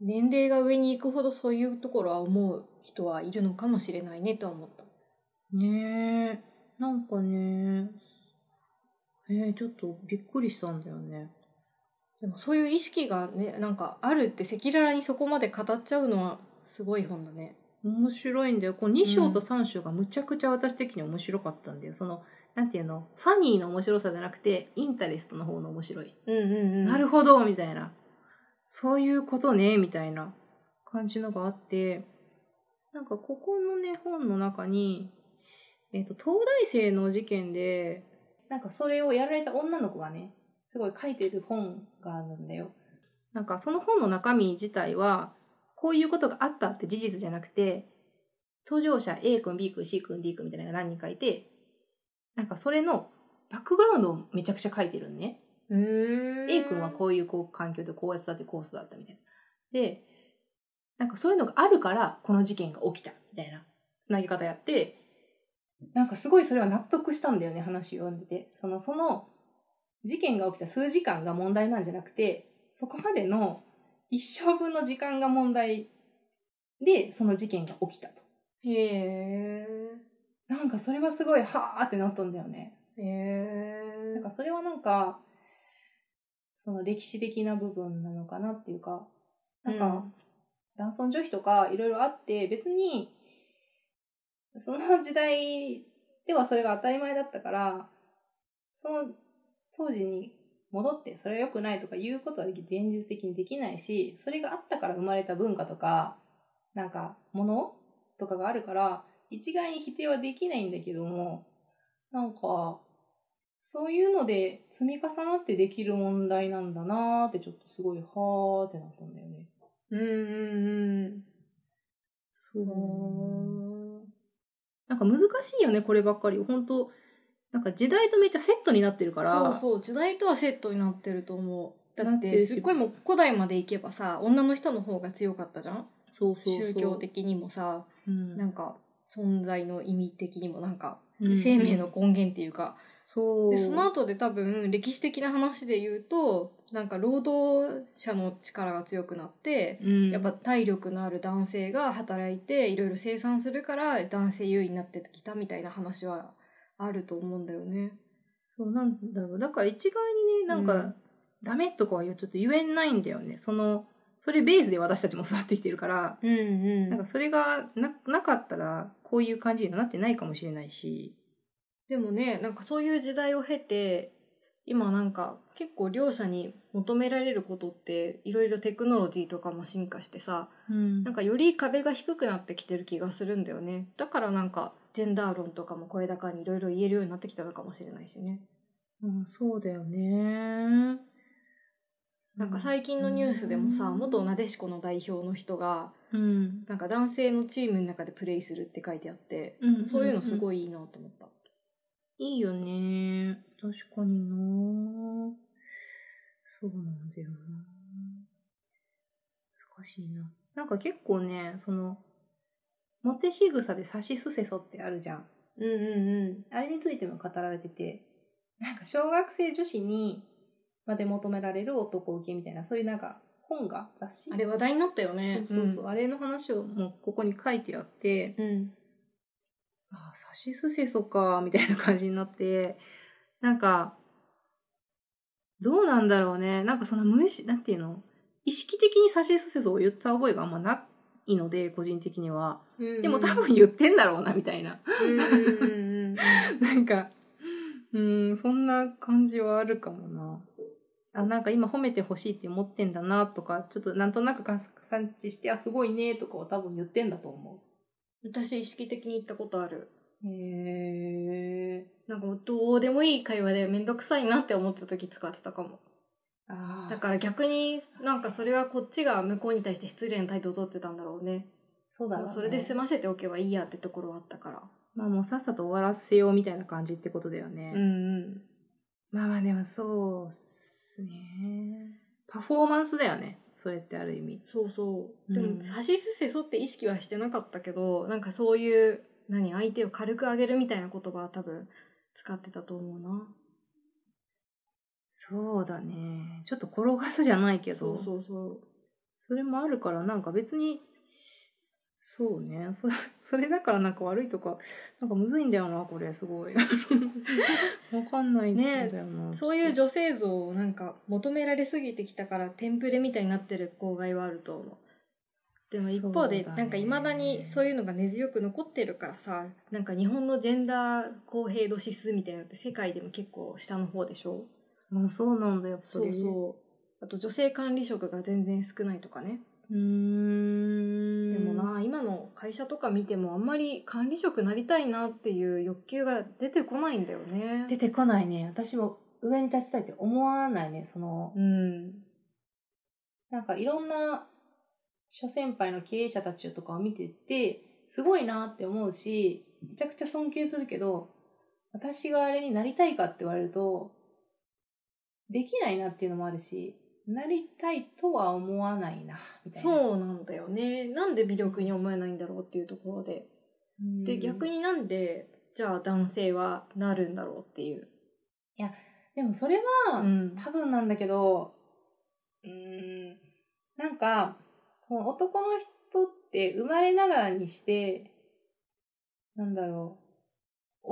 Speaker 1: う年齢が上に行くほどそういうところは思う人はいるのかもしれないねとは思った
Speaker 3: ねえなんかねえー、ちょっとびっくりしたんだよね
Speaker 1: でもそういう意識がねなんかあるって赤裸々にそこまで語っちゃうのはすごい本だね
Speaker 3: 面白いんだよこの2章と3章がむちゃくちゃ私的に面白かったんだよ、そのなんていうのファニーの面白さじゃなくてインタレストの方の面白い
Speaker 1: うんうんうん
Speaker 3: なるほどみたいなそういうことねみたいな感じのがあってなんかここのね本の中に、えっと東大生の事件でなんかそれをやられた女の子がねすごい書いてる本があるんだよ。なんかその本の中身自体はこういうことがあったって事実じゃなくて登場者 A 君 B 君 C 君 D 君みたいなのが何人かいてなんかそれのバックグラウンドをめちゃくちゃ書いてるんね。
Speaker 1: うーん
Speaker 3: A 君はこういうこう環境でこうやってたってコースだったみたいな。で、なんかそういうのがあるからこの事件が起きたみたいなつなぎ方やって、なんかすごいそれは納得したんだよね、話を読んでて。その、その事件が起きた数時間が問題なんじゃなくて、そこまでの一生分の時間が問題で、その事件が起きたと。
Speaker 1: へえ
Speaker 3: なんかそれはすごい、はーってなったんだよね。
Speaker 1: へえ
Speaker 3: なんかそれはなんか、その歴史的な部分なのかなっていうか、なん
Speaker 1: う
Speaker 3: か
Speaker 1: ん、
Speaker 3: 男尊女卑とかいろいろあって、別に、その時代ではそれが当たり前だったから、その当時に戻ってそれは良くないとか言うことは現実的にできないし、それがあったから生まれた文化とか、なんか、ものとかがあるから、一概に否定はできないんだけども、なんか、そういうので積み重なってできる問題なんだなーってちょっとすごいはーってなったんだよね。
Speaker 1: うんうん
Speaker 3: そ
Speaker 1: うん
Speaker 3: なんか難しいよね、こればっかり。本当なんか時代とめっちゃセットになってるから。
Speaker 1: そうそう時代とはセットになってると思うだ
Speaker 3: な
Speaker 1: っ
Speaker 3: ってる
Speaker 1: て
Speaker 3: し
Speaker 1: すっごいもう古代まで行けばさ女の人の方が強かったじゃん
Speaker 3: そうそうそう
Speaker 1: 宗教、的にもさ
Speaker 3: うん
Speaker 1: なんか存在の意味的にもなんか
Speaker 3: うん
Speaker 1: 生命の根源っていうか、
Speaker 3: そう
Speaker 1: でその後で多分歴史的な話で言うとなんか労働者の力が強くなって、
Speaker 3: うん、
Speaker 1: やっぱ体力のある男性が働いていろいろ生産するから男性優位になってきたみたいな話はあると思うんだよね。
Speaker 3: そうなんだろうだから一概にねなんか、
Speaker 1: うん
Speaker 3: ダメとかは言うちょっと言えないんだよねそのそれベースで私たちも育ってきてるから、
Speaker 1: うんうん、
Speaker 3: なんかそれがななかったらこういう感じにはなってないかもしれないし
Speaker 1: でもねなんかそういう時代を経て今なんか結構両者に求められることっていろいろテクノロジーとかも進化してさ
Speaker 3: うん
Speaker 1: なんかより壁が低くなってきてる気がするんだよねだからなんかジェンダー論とかも声高にいろいろ言えるようになってきたのかもしれないしね
Speaker 3: うん、そうだよね
Speaker 1: なんか最近のニュースでもさ元なでしこの代表の人が
Speaker 3: うん、
Speaker 1: なんか男性のチームの中でプレイするって書いてあって
Speaker 3: うん、
Speaker 1: そういうのす
Speaker 3: い
Speaker 1: ごいいいなと思った。
Speaker 3: いいよね。確かにな。そうなんだよな。難しいな。なんか結構ね、その、モテ仕草で指しすせそってあるじゃん。
Speaker 1: うんうん
Speaker 3: あれについても語られてて、なんか小学生女子にまで求められる男受けみたいな、そういうなんか本が雑誌
Speaker 1: あれ話題になったよね。
Speaker 3: そうそうそう、あれの話をもうここに書いてあって、
Speaker 1: うん
Speaker 3: あー、指しすせそか、みたいな感じになって、なんか、どうなんだろうね。なんかそんな無意識、なんていうの意識的に指しすせそを言った覚えがあんまないので、個人的には。
Speaker 1: うん
Speaker 3: でも多分言ってんだろうな、みたいな。
Speaker 1: うんうん うんうん
Speaker 3: なんか、うーん、そんな感じはあるかもな。あ、なんか今褒めてほしいって思ってんだな、とか、ちょっとなんとなく感察知して、あ、すごいね、とかを多分言ってんだと思う。
Speaker 1: 私意識的に行ったことある
Speaker 3: へえ
Speaker 1: なんかもうどうでもいい会話でめんどくさいなって思った時使ってたかも
Speaker 3: あー
Speaker 1: だから逆になんかそれはこっちが向こうに対して失礼な態度を取ってたんだろうね
Speaker 3: そうだろう
Speaker 1: も
Speaker 3: ね
Speaker 1: うそれで済ませておけばいいやってところはあったから
Speaker 3: まあもうさっさと終わらせようみたいな感じってことだよね、
Speaker 1: うんうん
Speaker 3: まあまあでもそうっすねパフォーマンスだよねそれってある意味
Speaker 1: そうそう
Speaker 3: うん
Speaker 1: でも差しすせそって意識はしてなかったけどなんかそういう何相手を軽く上げるみたいな言葉は多分使ってたと思うな
Speaker 3: そうだねちょっと転がすじゃないけど
Speaker 1: そうそうそう
Speaker 3: それもあるからなんか別にそうねそ それだからなんか悪いとかなんかむずいんだよなこれす ごいわかんないんだよな、
Speaker 1: そういう女性像をなんか求められすぎてきたからテンプレみたいになってる公害はあると思う。でも一方で、
Speaker 3: そうだね
Speaker 1: なんかいまだにそういうのが根強く残ってるからさなんか日本のジェンダー公平度指数みたいなのって世界でも結構下の方でしょ
Speaker 3: もうそうなんだやっぱり
Speaker 1: そうそうあと女性管理職が全然少ないとかね
Speaker 3: うーん
Speaker 1: でもな今の会社とか見てもあんまり管理職なりたいなっていう欲求が出てこないんだよね
Speaker 3: 出てこないね私も上に立ちたいって思わないねその
Speaker 1: うん
Speaker 3: なんかいろんな諸先輩の経営者たちとかを見ててすごいなって思うしめちゃくちゃ尊敬するけど私があれになりたいかって言われるとできないなっていうのもあるしなりたいとは思わないなみたいな。
Speaker 1: そうなんだよねなんで魅力に思えないんだろうっていうところで
Speaker 3: うん
Speaker 1: で逆になんでじゃあ男性はなるんだろうっていう、
Speaker 3: でもそれは、
Speaker 1: うん
Speaker 3: 多分なんだけどうーんなんかこの男の人って生まれながらにしてなんだろう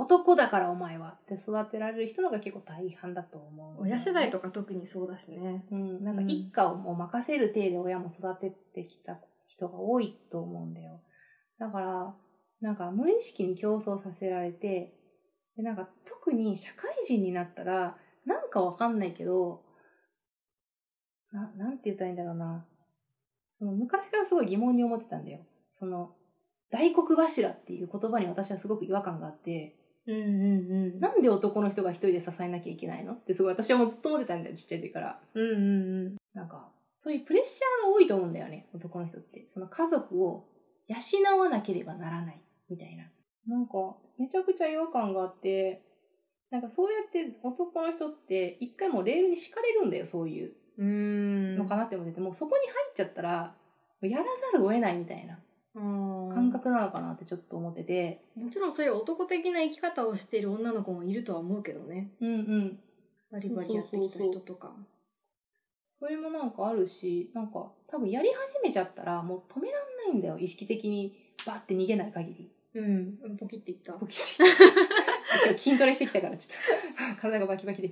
Speaker 3: 男だからお前はって育てられる人のが結構大半だと思う、
Speaker 1: 親世代とか特にそうだしね
Speaker 3: うん、なんか一家をもう任せる体で親も育ててきた人が多いと思うんだよ。だから、なんか無意識に競争させられて、でなんか特に社会人になったら、なんかわかんないけど、な、なんて言ったらいいんだろうな。その昔からすごい疑問に思ってたんだよ。その、大黒柱っていう言葉に私はすごく違和感があって、
Speaker 1: うんうんうん
Speaker 3: なんで男の人が一人で支えなきゃいけないのってすごい私はもうずっと思ってたんだよ、ちっちゃい時から。
Speaker 1: うんうんうん
Speaker 3: なんか、そういうプレッシャーが多いと思うんだよね、男の人って。その家族を養わなければならない、みたいな。なんか、めちゃくちゃ違和感があって、なんかそうやって男の人って一回もうレールに敷かれるんだよ、そういう
Speaker 1: うーん
Speaker 3: のかなって思ってて、もうそこに入っちゃったら、やらざるを得ないみたいな感
Speaker 1: 感
Speaker 3: 覚なのかなってちょっと思ってて、
Speaker 1: もちろんそういう男的な生き方をしている女の子もいるとは思うけどね
Speaker 3: うんうん、
Speaker 1: バリバリやってきた人とか
Speaker 3: それもなんかあるし、なんか多分やり始めちゃったらもう止めらんないんだよ、意識的にバッて逃げない限り。
Speaker 1: うんポキっていった
Speaker 3: ポキッて今 日筋トレしてきたからちょっと 体がバキバキで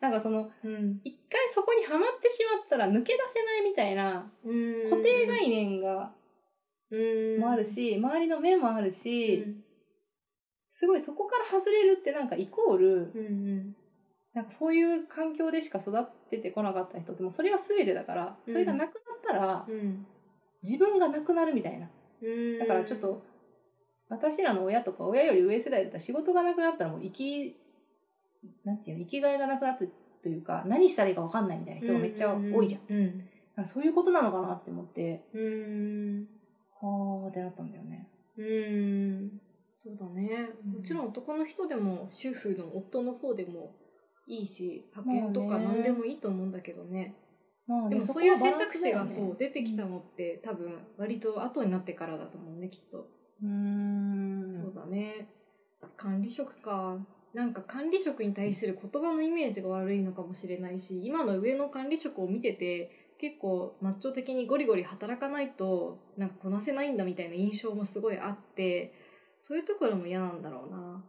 Speaker 3: なんかその
Speaker 1: うん
Speaker 3: 一回そこにはまってしまったら抜け出せないみたいな固
Speaker 1: 固
Speaker 3: 定概念が
Speaker 1: 念
Speaker 3: もあるし、周りの目もある
Speaker 1: う
Speaker 3: し、
Speaker 1: ん
Speaker 3: すごいそこから外れるってなんかイコール、
Speaker 1: うんうん
Speaker 3: なんかそういう環境でしか育っててこなかった人ってもうそれが全てだからそれがなくなったら
Speaker 1: うん
Speaker 3: 自分がなくなるみたいな
Speaker 1: うん
Speaker 3: だからちょっと私らの親とか親より上世代だったら仕事がなくなったらもう生きなんていうの生きがいがなくなったというか何したらいいか分かんないみたいな人がめっちゃ多いじゃん,、
Speaker 1: うんうん
Speaker 3: そういうことなのかなって思って
Speaker 1: うんうん
Speaker 3: はあってなったんだよね
Speaker 1: うーんそうだね、
Speaker 3: うん
Speaker 1: もちろん男の人でも主婦の夫の方でもいいし派遣と
Speaker 3: ま
Speaker 1: か
Speaker 3: あね
Speaker 1: 何でもいいと思うんだけどね,、
Speaker 3: まあ
Speaker 1: で
Speaker 3: ね、
Speaker 1: もそういう選択肢がそ
Speaker 3: こはバランスだよ
Speaker 1: う出てきたのって多分割と後になってからだと思うねきっと、
Speaker 3: うーん
Speaker 1: そうだね管理職かなんか管理職に対する言葉のイメージが悪いのかもしれないし今の上の管理職を見てて結構マッチョ的にゴリゴリ働かないとなんかこなせないんだみたいな印象もすごいあってそういうところも嫌なんだろうな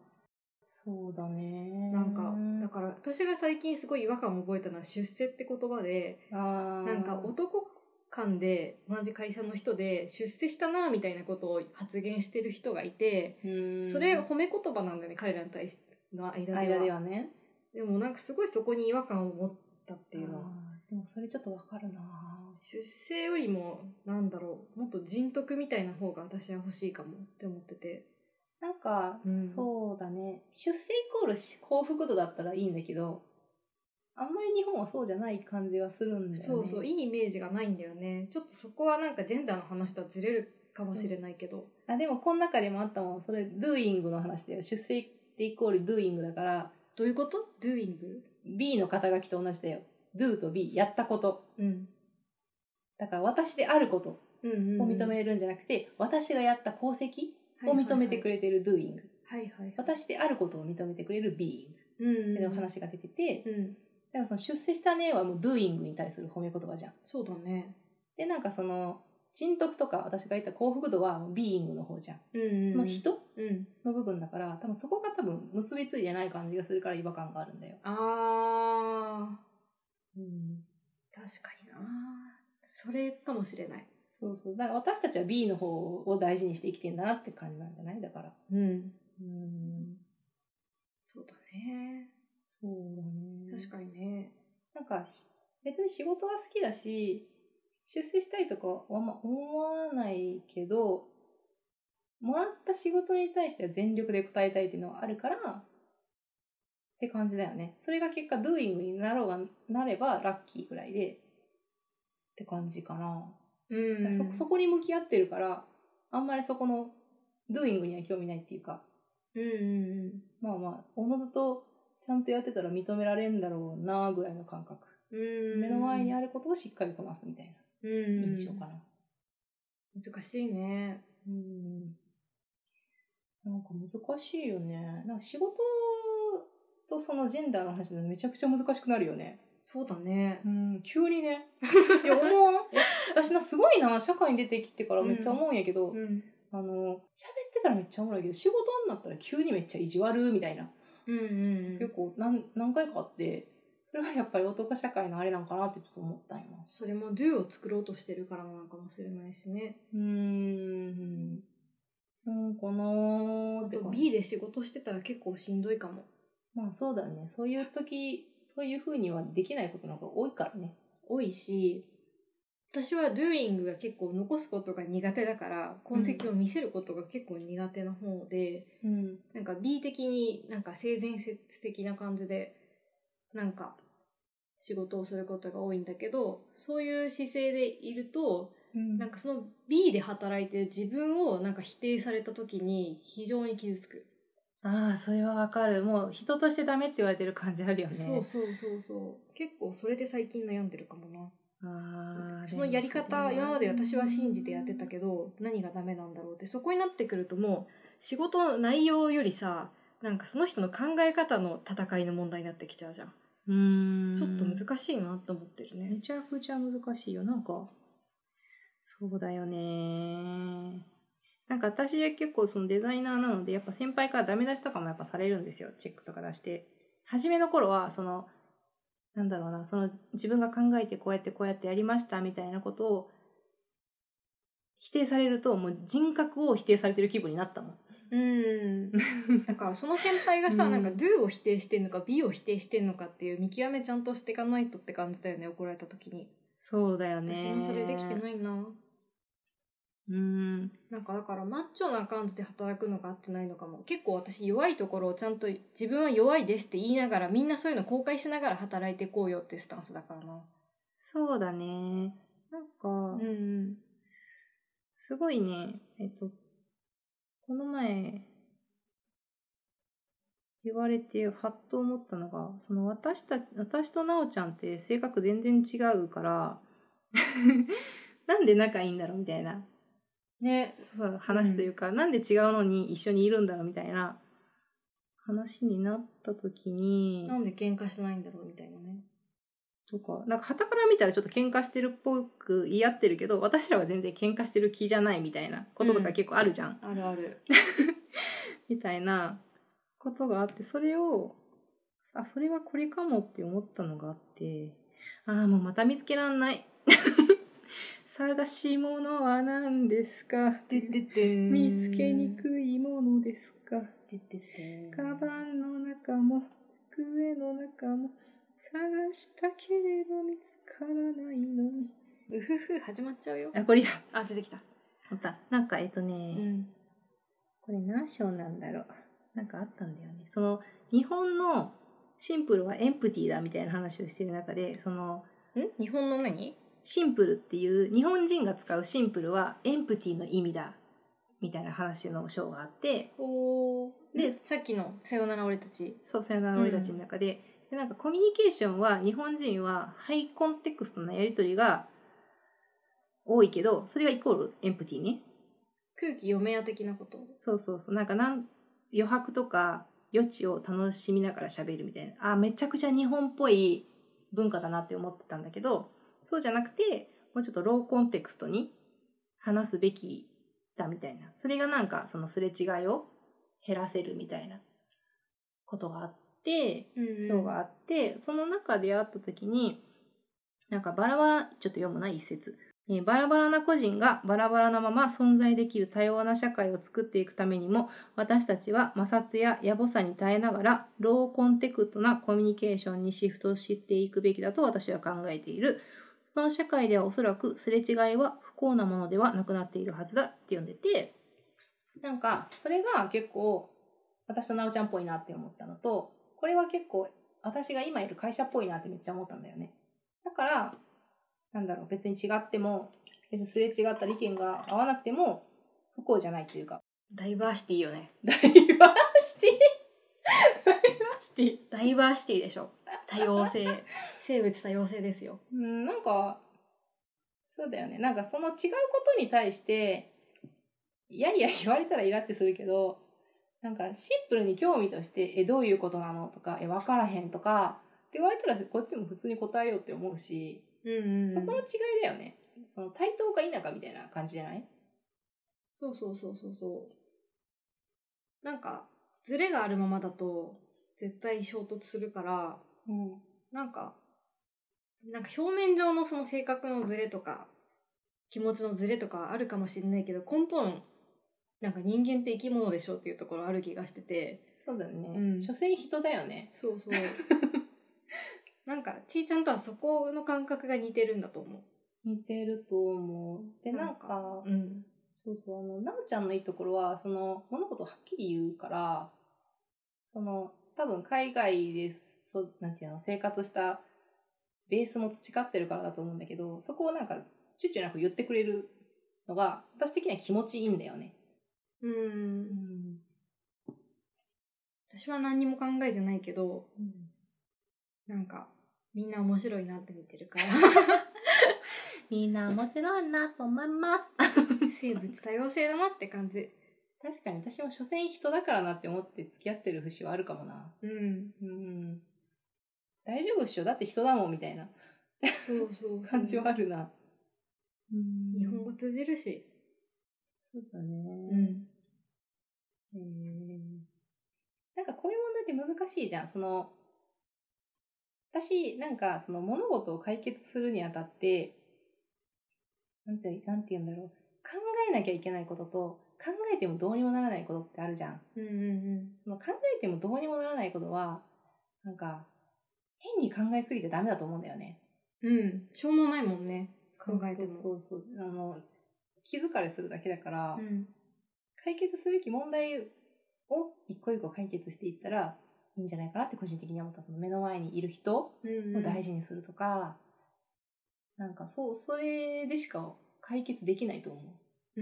Speaker 3: そうだね
Speaker 1: なんかだから私が最近すごい違和感を覚えたのは出世って言葉で
Speaker 3: あー
Speaker 1: なんか男間で同じ会社の人で出世したなみたいなことを発言してる人がいて
Speaker 3: うーん
Speaker 1: それ褒め言葉なんだよね彼らに対しての間では
Speaker 3: 間ではね
Speaker 1: でもなんかすごいそこに違和感を持ったっていうのは
Speaker 3: あーでもそれちょっとわかるな
Speaker 1: 出世よりもなんだろうもっと人徳みたいな方が私は欲しいかもって思ってて
Speaker 3: なんか、
Speaker 1: うん
Speaker 3: そうだね出世イコールし幸福度だったらいいんだけどあんまり日本はそうじゃない感じがするんだよね
Speaker 1: そうそういいイメージがないんだよねちょっとそこはなんかジェンダーの話とはずれるかもしれないけど、
Speaker 3: あでもこの中でもあったもんそれ doing の話だよ出世ってイコール doing だから
Speaker 1: どういうこと ?doing?
Speaker 3: B の肩書きと同じだよ do と B やったこと
Speaker 1: うん。
Speaker 3: だから私であること
Speaker 1: うんうんうん
Speaker 3: を認めるんじゃなくて、私がやった功績を認めてく
Speaker 1: れ。
Speaker 3: れてる doing、
Speaker 1: はいはいはい。
Speaker 3: 私であることを認めてくれる being
Speaker 1: うんうん
Speaker 3: っていう話が出てて、
Speaker 1: うん。
Speaker 3: だからその出世したねはもう doing に対する褒め言葉じゃん。
Speaker 1: そうだね。
Speaker 3: でなんかその人徳とか私が言った幸福度は being の方じゃん。
Speaker 1: うんうんうん
Speaker 3: その。人
Speaker 1: うん。
Speaker 3: の部分だから多分そこが多分結びついてない感じがするから違和感があるんだよ。
Speaker 1: あ
Speaker 3: うん、
Speaker 1: ー、確かにな。それかもしれない。
Speaker 3: そうそうだから私たちは B の方を大事にして生きてんだなって感じなんじゃないだから。
Speaker 1: うん。
Speaker 3: うん
Speaker 1: そうだね。
Speaker 3: そうだね
Speaker 1: 確かにね。
Speaker 3: なんかし別に仕事は好きだし出世したいとかはあんま思わないけどもらった仕事に対しては全力で答えたいっていうのはあるからって感じだよねそれが結果 Doing になろうがなればラッキーぐらいでって感じかな、
Speaker 1: う
Speaker 3: そそこに向き合ってるからあんまりそこの Doing には興味ないっていうか
Speaker 1: うんうんうん。
Speaker 3: まあまあおのずとちゃんとやってたら認められるんだろうなぐらいの感覚
Speaker 1: うん
Speaker 3: 目の前にあ
Speaker 1: る
Speaker 3: ることをしっかりこなすみたいな印
Speaker 1: 印
Speaker 3: 象かな。
Speaker 1: 難しいね。
Speaker 3: うん。なんか難しいよね。なんか仕事とそのジェンダーの話でめちゃくちゃ難しくなるよね。
Speaker 1: そうだね
Speaker 3: う。ん、急にね。いや、思わんいや私な、すごいな、社会に出てきてからめっちゃ思うんやけど、
Speaker 1: うん。
Speaker 3: あの、喋ってたらめっちゃおもろいけど、仕事になったら急にめっちゃ意地悪みたいな。
Speaker 1: うんうんう
Speaker 3: 結
Speaker 1: ん。
Speaker 3: 構何、何回かあって、それはやっぱり男社会のあれなんかなってちょっと思ったんよな。
Speaker 1: それも do を作ろうとしてるからなのかもしれないしね。
Speaker 3: うーん。なんかなー
Speaker 1: あ
Speaker 3: って
Speaker 1: と
Speaker 3: 感じ
Speaker 1: B で仕事してたら結構しんどいかも。
Speaker 3: まあそうだね。そういう時、そういう風にはできないことの方が多いからね。
Speaker 1: 多いし私は doing が結構残すことが苦手だから痕跡を見せることが結構苦手な方で、
Speaker 3: うん。
Speaker 1: なんか B 的になんか性善説的な感じでなんか仕事をすることが多いんだけどそういう姿勢でいると
Speaker 3: な
Speaker 1: なんん
Speaker 3: か、
Speaker 1: かその B で働いてる自分をなんか否定された時に非常に傷つく、
Speaker 3: ああ、それはわかる。もう人としてダメって言われてる感じあるよね。
Speaker 1: そうそうそうそう結構それで最近悩んでるかもな
Speaker 3: あー
Speaker 1: そのやり方、
Speaker 3: でも
Speaker 1: 今まで私は信じてやってたけど、何がダメなんだろうって、そこになってくるともう、仕事の内容よりさ、なんかその人の考え方の戦いの問題になってきちゃうじゃん。
Speaker 3: うーん。
Speaker 1: ちょっと難しいなと思ってる
Speaker 3: め
Speaker 1: ね。
Speaker 3: ちゃくちゃ難しいよ。なんか、そうだよね。なんか私は結構そのデザイナーなので、やっぱ先輩からダメ出しとかもやっぱされるんですよ。チェックとか出して。初めの頃は、その、なんだろうな、その自分が考えてこうやってこうやってやりましたみたいなことを否定されると、もう人格を否定されてる気分になったもん。
Speaker 1: うん。だからその先輩がさ、
Speaker 3: うん
Speaker 1: なんか do を否定してんのか B を否定してんのかっていう見極めちゃんとしていかないとって感じだよね、怒られた時に。
Speaker 3: そうだよ
Speaker 1: 私
Speaker 3: ね。
Speaker 1: もそれできて
Speaker 3: い。
Speaker 1: ないな。
Speaker 3: うん。
Speaker 1: なんかだからマッチョな感じで働くのが合ってないのかも結構私弱いところをちゃんと自分は弱いですって言いながらみんなそういうの公開しながら働いていこうよっていうスタンスだからな
Speaker 3: そうだね。なん
Speaker 1: う
Speaker 3: か、
Speaker 1: んうん
Speaker 3: すごいね、えっと、この前、言われて、はっと思ったのが、その私たち、私となおちゃんって性格全然違うから、 なんで仲いいんだろうみたいな、
Speaker 1: ね
Speaker 3: そう話というか、なんで違うのに一緒にいるんだろうみたいな話になった時に、
Speaker 1: なんで喧嘩しないんだろうみたいなね
Speaker 3: とか、なんか旗から見たらちょっと喧嘩してるっぽく言い合ってるけど、私らは全然喧嘩してる気じゃないみたいなこととか結構あるじゃん
Speaker 1: あるある
Speaker 3: みたいなことがあって、それを、あ、それはこれかもって思ったのがあって、ああ、もうまた見つけらんない。 探し物は何ですか
Speaker 1: ででで
Speaker 3: 見つけに
Speaker 1: い
Speaker 3: くいものですか
Speaker 1: ででで
Speaker 3: カバンの中も机の中も探したけれど見つからないのに。
Speaker 1: うふふ始まっちゃうよ
Speaker 3: あ、これや。
Speaker 1: あ出てきた
Speaker 3: また。なんかえっとね、
Speaker 1: うん
Speaker 3: ここれ何章なんだろうなんかあったんだよねその日本のシンプルはエンプティだみたいな話をしてる中でその
Speaker 1: ん日本の何
Speaker 3: シンプルっていう日本人が使うシンプルはエンプティの意味だみたいな話の章があって
Speaker 1: ほ
Speaker 3: ー
Speaker 1: でさっきの「さよなら俺たち
Speaker 3: そうさよなら俺たちの中で,、でなんかコミュニケーションは日本人はハイコンテクストなやり取りが多いけどそれがイコールエンプティね」
Speaker 1: 空気読めや的なこと
Speaker 3: そうそうそうなんかなん余白とか余地を楽しみながら喋るみたいなあめちゃくちゃ日本っぽい文化だなって思ってたんだけどそうじゃなくてもうちょっとローコンテクストに話すべきだみたいなそれがなんかそのすれ違いを減らせるみたいなことがあって
Speaker 1: うん
Speaker 3: 章があって、その中であった時になんかバラバラちょっと読むな一節、えーバラバラな個人がバラバラなまま存在できる多様な社会を作っていくためにも私たちは摩擦や野暮さに耐えながらローコンテクストなコミュニケーションにシフトしていくべきだと私は考えているその社会ではおそらくすれ違いは不幸なものではなくなっているはずだって読んでてなんかそれが結構私となおちゃんっぽいなって思ったのとこれは結構私が今いる会社っぽいなってめっちゃ思ったんだよね。だから、なんだろう、別に違っても、別にすれ違ったり意見が合わなくても、不幸じゃないというか。
Speaker 1: ダイバーシティよね
Speaker 3: ダイバーシティ ダイバーシティ
Speaker 1: ダイバーシティでしょ多様 性生物多様性ですよ
Speaker 3: うん、なんか、そうだよね。なんかその違うことに対して、いやいや言われたらイラってするけど、なんかシンプルに興味として、え、どういうことなのとか、え、わからへんとか、って言われたらこっちも普通に答えようって思うし、
Speaker 1: うん、
Speaker 3: そこの違いだよね。その対等か否かみたいな感じじゃない
Speaker 1: そうそうそうそうそうなんかズレがあるままだと絶対衝突するから
Speaker 3: うん。
Speaker 1: なんかなんか表面上のその性格のズレとか気持ちのズレとかあるかもしれないけど根本なんか人間って生き物でしょっていうところある気がしてて
Speaker 3: そうだね。
Speaker 1: うん
Speaker 3: 所詮人だよね。
Speaker 1: そうそう なんかちーちゃんとはそこの感覚が似てるんだと思
Speaker 3: 似てると思う。で、なん
Speaker 1: な
Speaker 3: か
Speaker 1: う、うん
Speaker 3: そうそう、あの、なおちゃんのいいところは、その、物事をはっきり言うから、その、多分海外で、そう、なんていうの、生活したベースも培ってるからだと思うんだけど、そこをなんか、躊躇なく言ってくれるのが、私的には気持ちいいんだよね。
Speaker 1: うん
Speaker 3: ん。
Speaker 1: 私は何にも考えてないけどなんかみんな面白いなって見てる から
Speaker 3: みんな面白いなと思います。
Speaker 1: 生物多様性だなって感じ
Speaker 3: 確かに私も所詮人だからなって思って付き合ってる節はあるかもな。
Speaker 1: うん
Speaker 3: うん。大丈夫っしょだって人だもんみたいな
Speaker 1: そうそう
Speaker 3: 感じはあるな。うん
Speaker 1: 日本語通じるし
Speaker 3: そうだね。
Speaker 1: うん
Speaker 3: えーなんかこういう問題って難しいじゃん。その、私、なんかその物事を解決するにあたって、なんて、なんて言うんだろう。考えなきゃいけないことと、考えてもどうにもならないことってあるじゃん。
Speaker 1: うんうん
Speaker 3: その考えてもどうにもならないことは、なんか、変に考えすぎちゃダメだと思うんだよね。
Speaker 1: うんうんしょうもないもんね考えても
Speaker 3: そうそうそうあの気づかれするだけだから、
Speaker 1: うん
Speaker 3: 解決すべき問題を一個一個解決していったらいいんじゃないかなって個人的には思ったその目の前にいる人を
Speaker 1: うんうん
Speaker 3: 大事にするとか、なんかそうそれでしか解決できないと思う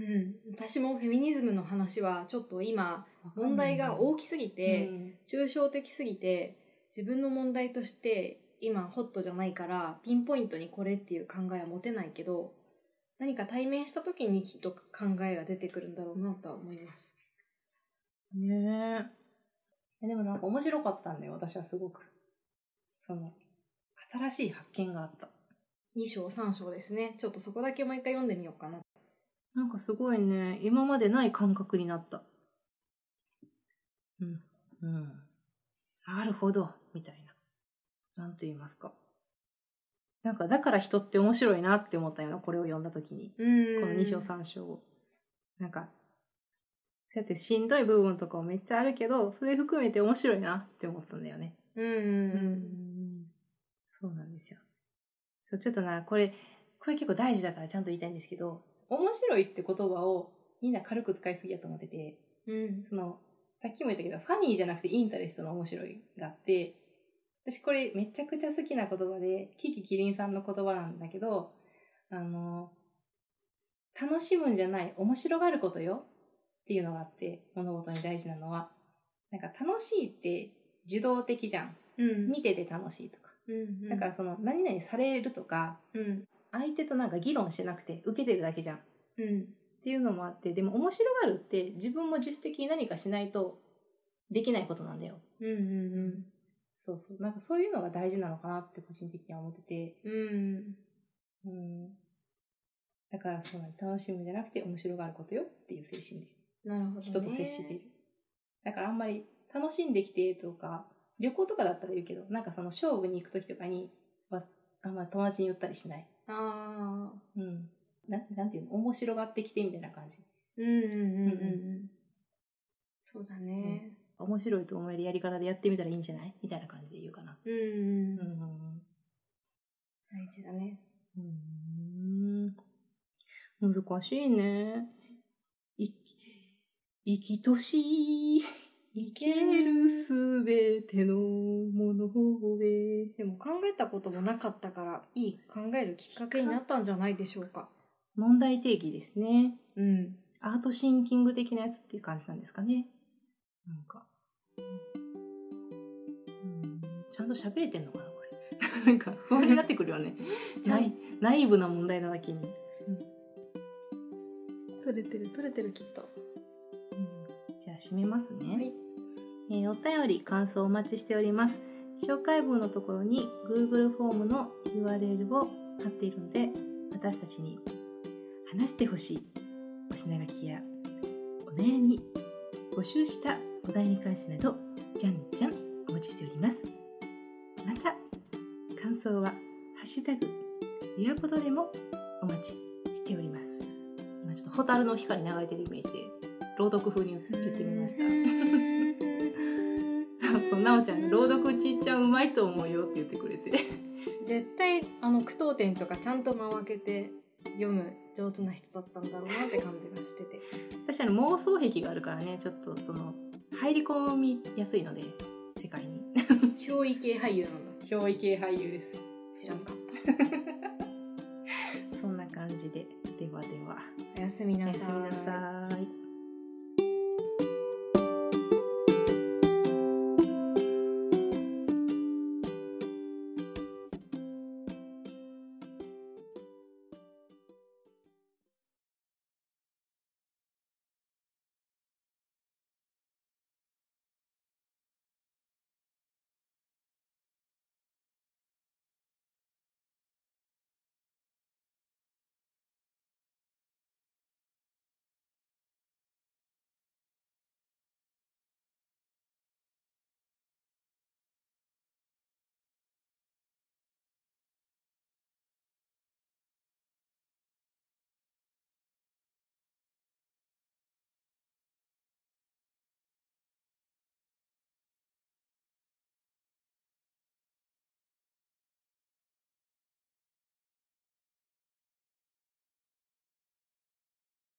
Speaker 1: うん私もフェミニズムの話はちょっと今問題が
Speaker 3: 多
Speaker 1: 大きすぎ
Speaker 3: く
Speaker 1: て、抽象的すぎて自分の問題として今ホットじゃないからピンポイントにこれっていう考えは持てないけど何か対面した時にきっと考えが出てくるんだろうなとは思います。
Speaker 3: ねえでもなんか面白かったんだよ私はすごくその新しい発見があった
Speaker 1: 2章3章ですねちょっとそこだけもう一回読んでみようかな。
Speaker 3: なんかすごいね、今までない感覚になった。うん。うん。なるほど、みたいな。なんと言いますか。なんか、だから人って面白いなって思ったような、これを読んだ時に。
Speaker 1: うん
Speaker 3: この2章3章を。なんか、だってしんどい部分とかもめっちゃあるけど、それ含めて面白いなって思ったんだよね。
Speaker 1: うん
Speaker 3: うそうなんですよ。そう、ちょっとな、これ、これ結構大事だからちゃんと言いたいんですけど、面白いって言葉をみんな軽く使いすぎやと思ってて、
Speaker 1: うん。
Speaker 3: そのさっきも言ったけどファニーじゃなくてインタレストの面白いがあって私これめちゃくちゃ好きな言葉でキキキリンさんの言葉なんだけどあの楽しむんじゃない面白がることよっていうのがあって物事に大事なのはなんか楽しいって受動的じゃん
Speaker 1: うん。
Speaker 3: 見てて楽しいとか、
Speaker 1: うん。
Speaker 3: だから、その何々されるとか
Speaker 1: うん。
Speaker 3: 相手となんか議論してなくて受けてるだけじゃん
Speaker 1: うん。
Speaker 3: っていうのもあってでも面白がるって自分も自主的に何かしないとできないことなんだよ
Speaker 1: うん。うん。
Speaker 3: そうそうなんかそういうのが大事なのかなって個人的には思ってて
Speaker 1: うん。
Speaker 3: うんだからそうだね楽しむんじゃなくて面白がることよっていう精神で
Speaker 1: なるほど、ね。
Speaker 3: 人と接している、だからあんまり楽しんできてとか旅行とかだったら言うけどなんかその勝負に行く時とかにはあんま友達に言ったりしない
Speaker 1: ああ。
Speaker 3: うんなんなんていうの面白がってきてみたいな感じ
Speaker 1: うんうんうんうんうん。そうだね。
Speaker 3: 面白いと思えるやり方でやってみたらいいんじゃないみたいな感じで言うかな。
Speaker 1: うんう
Speaker 3: う
Speaker 1: ん。
Speaker 3: ん。
Speaker 1: 大事だね。
Speaker 3: うん。難しいね。い、生きとし、生けるすべてのものへ。
Speaker 1: でも考えたこともなかったから、いい考えるきっかけになったんじゃないでしょうか。
Speaker 3: 問題定義ですね。
Speaker 1: うん。
Speaker 3: アートシンキング的なやつっていう感じなんですかね。なんか。うん、ちゃんと喋れてんのかな、これ。 なんか不安になってくるよ ね。
Speaker 1: ちゃん
Speaker 3: 内内部な問題なだけに。
Speaker 1: 取れてる取れてるきっと。
Speaker 3: じゃあ締めますね、
Speaker 1: はい
Speaker 3: えーお便り感想お待ちしております紹介文のところに Google フォームの URL を貼っているので私たちに話してほしいお品書きやお悩み募集したお題に関してなどじゃんじゃんお待ちしておりますまた感想は「ハッシュタグゆアポドレ」もお待ちしております今ちょっと蛍の光流れてるイメージで朗読風に言ってみました そうそうなおちゃんが朗読ちっちゃんうまいと思うよって言ってくれて
Speaker 1: 絶対あの句読点とかちゃんと間を空けて読む上手な人だったんだろうなって感じがしてて。
Speaker 3: 私あの妄想癖があるからねちょっとその入り込みやすいので世界 に
Speaker 1: 憑依系俳優なんだ。
Speaker 3: 憑依系俳優です
Speaker 1: 知らんかっ
Speaker 3: そんな感じでではでは
Speaker 1: た。おやすみ
Speaker 3: お
Speaker 1: な
Speaker 3: や
Speaker 1: さ
Speaker 3: す
Speaker 1: ーい。
Speaker 3: みなさい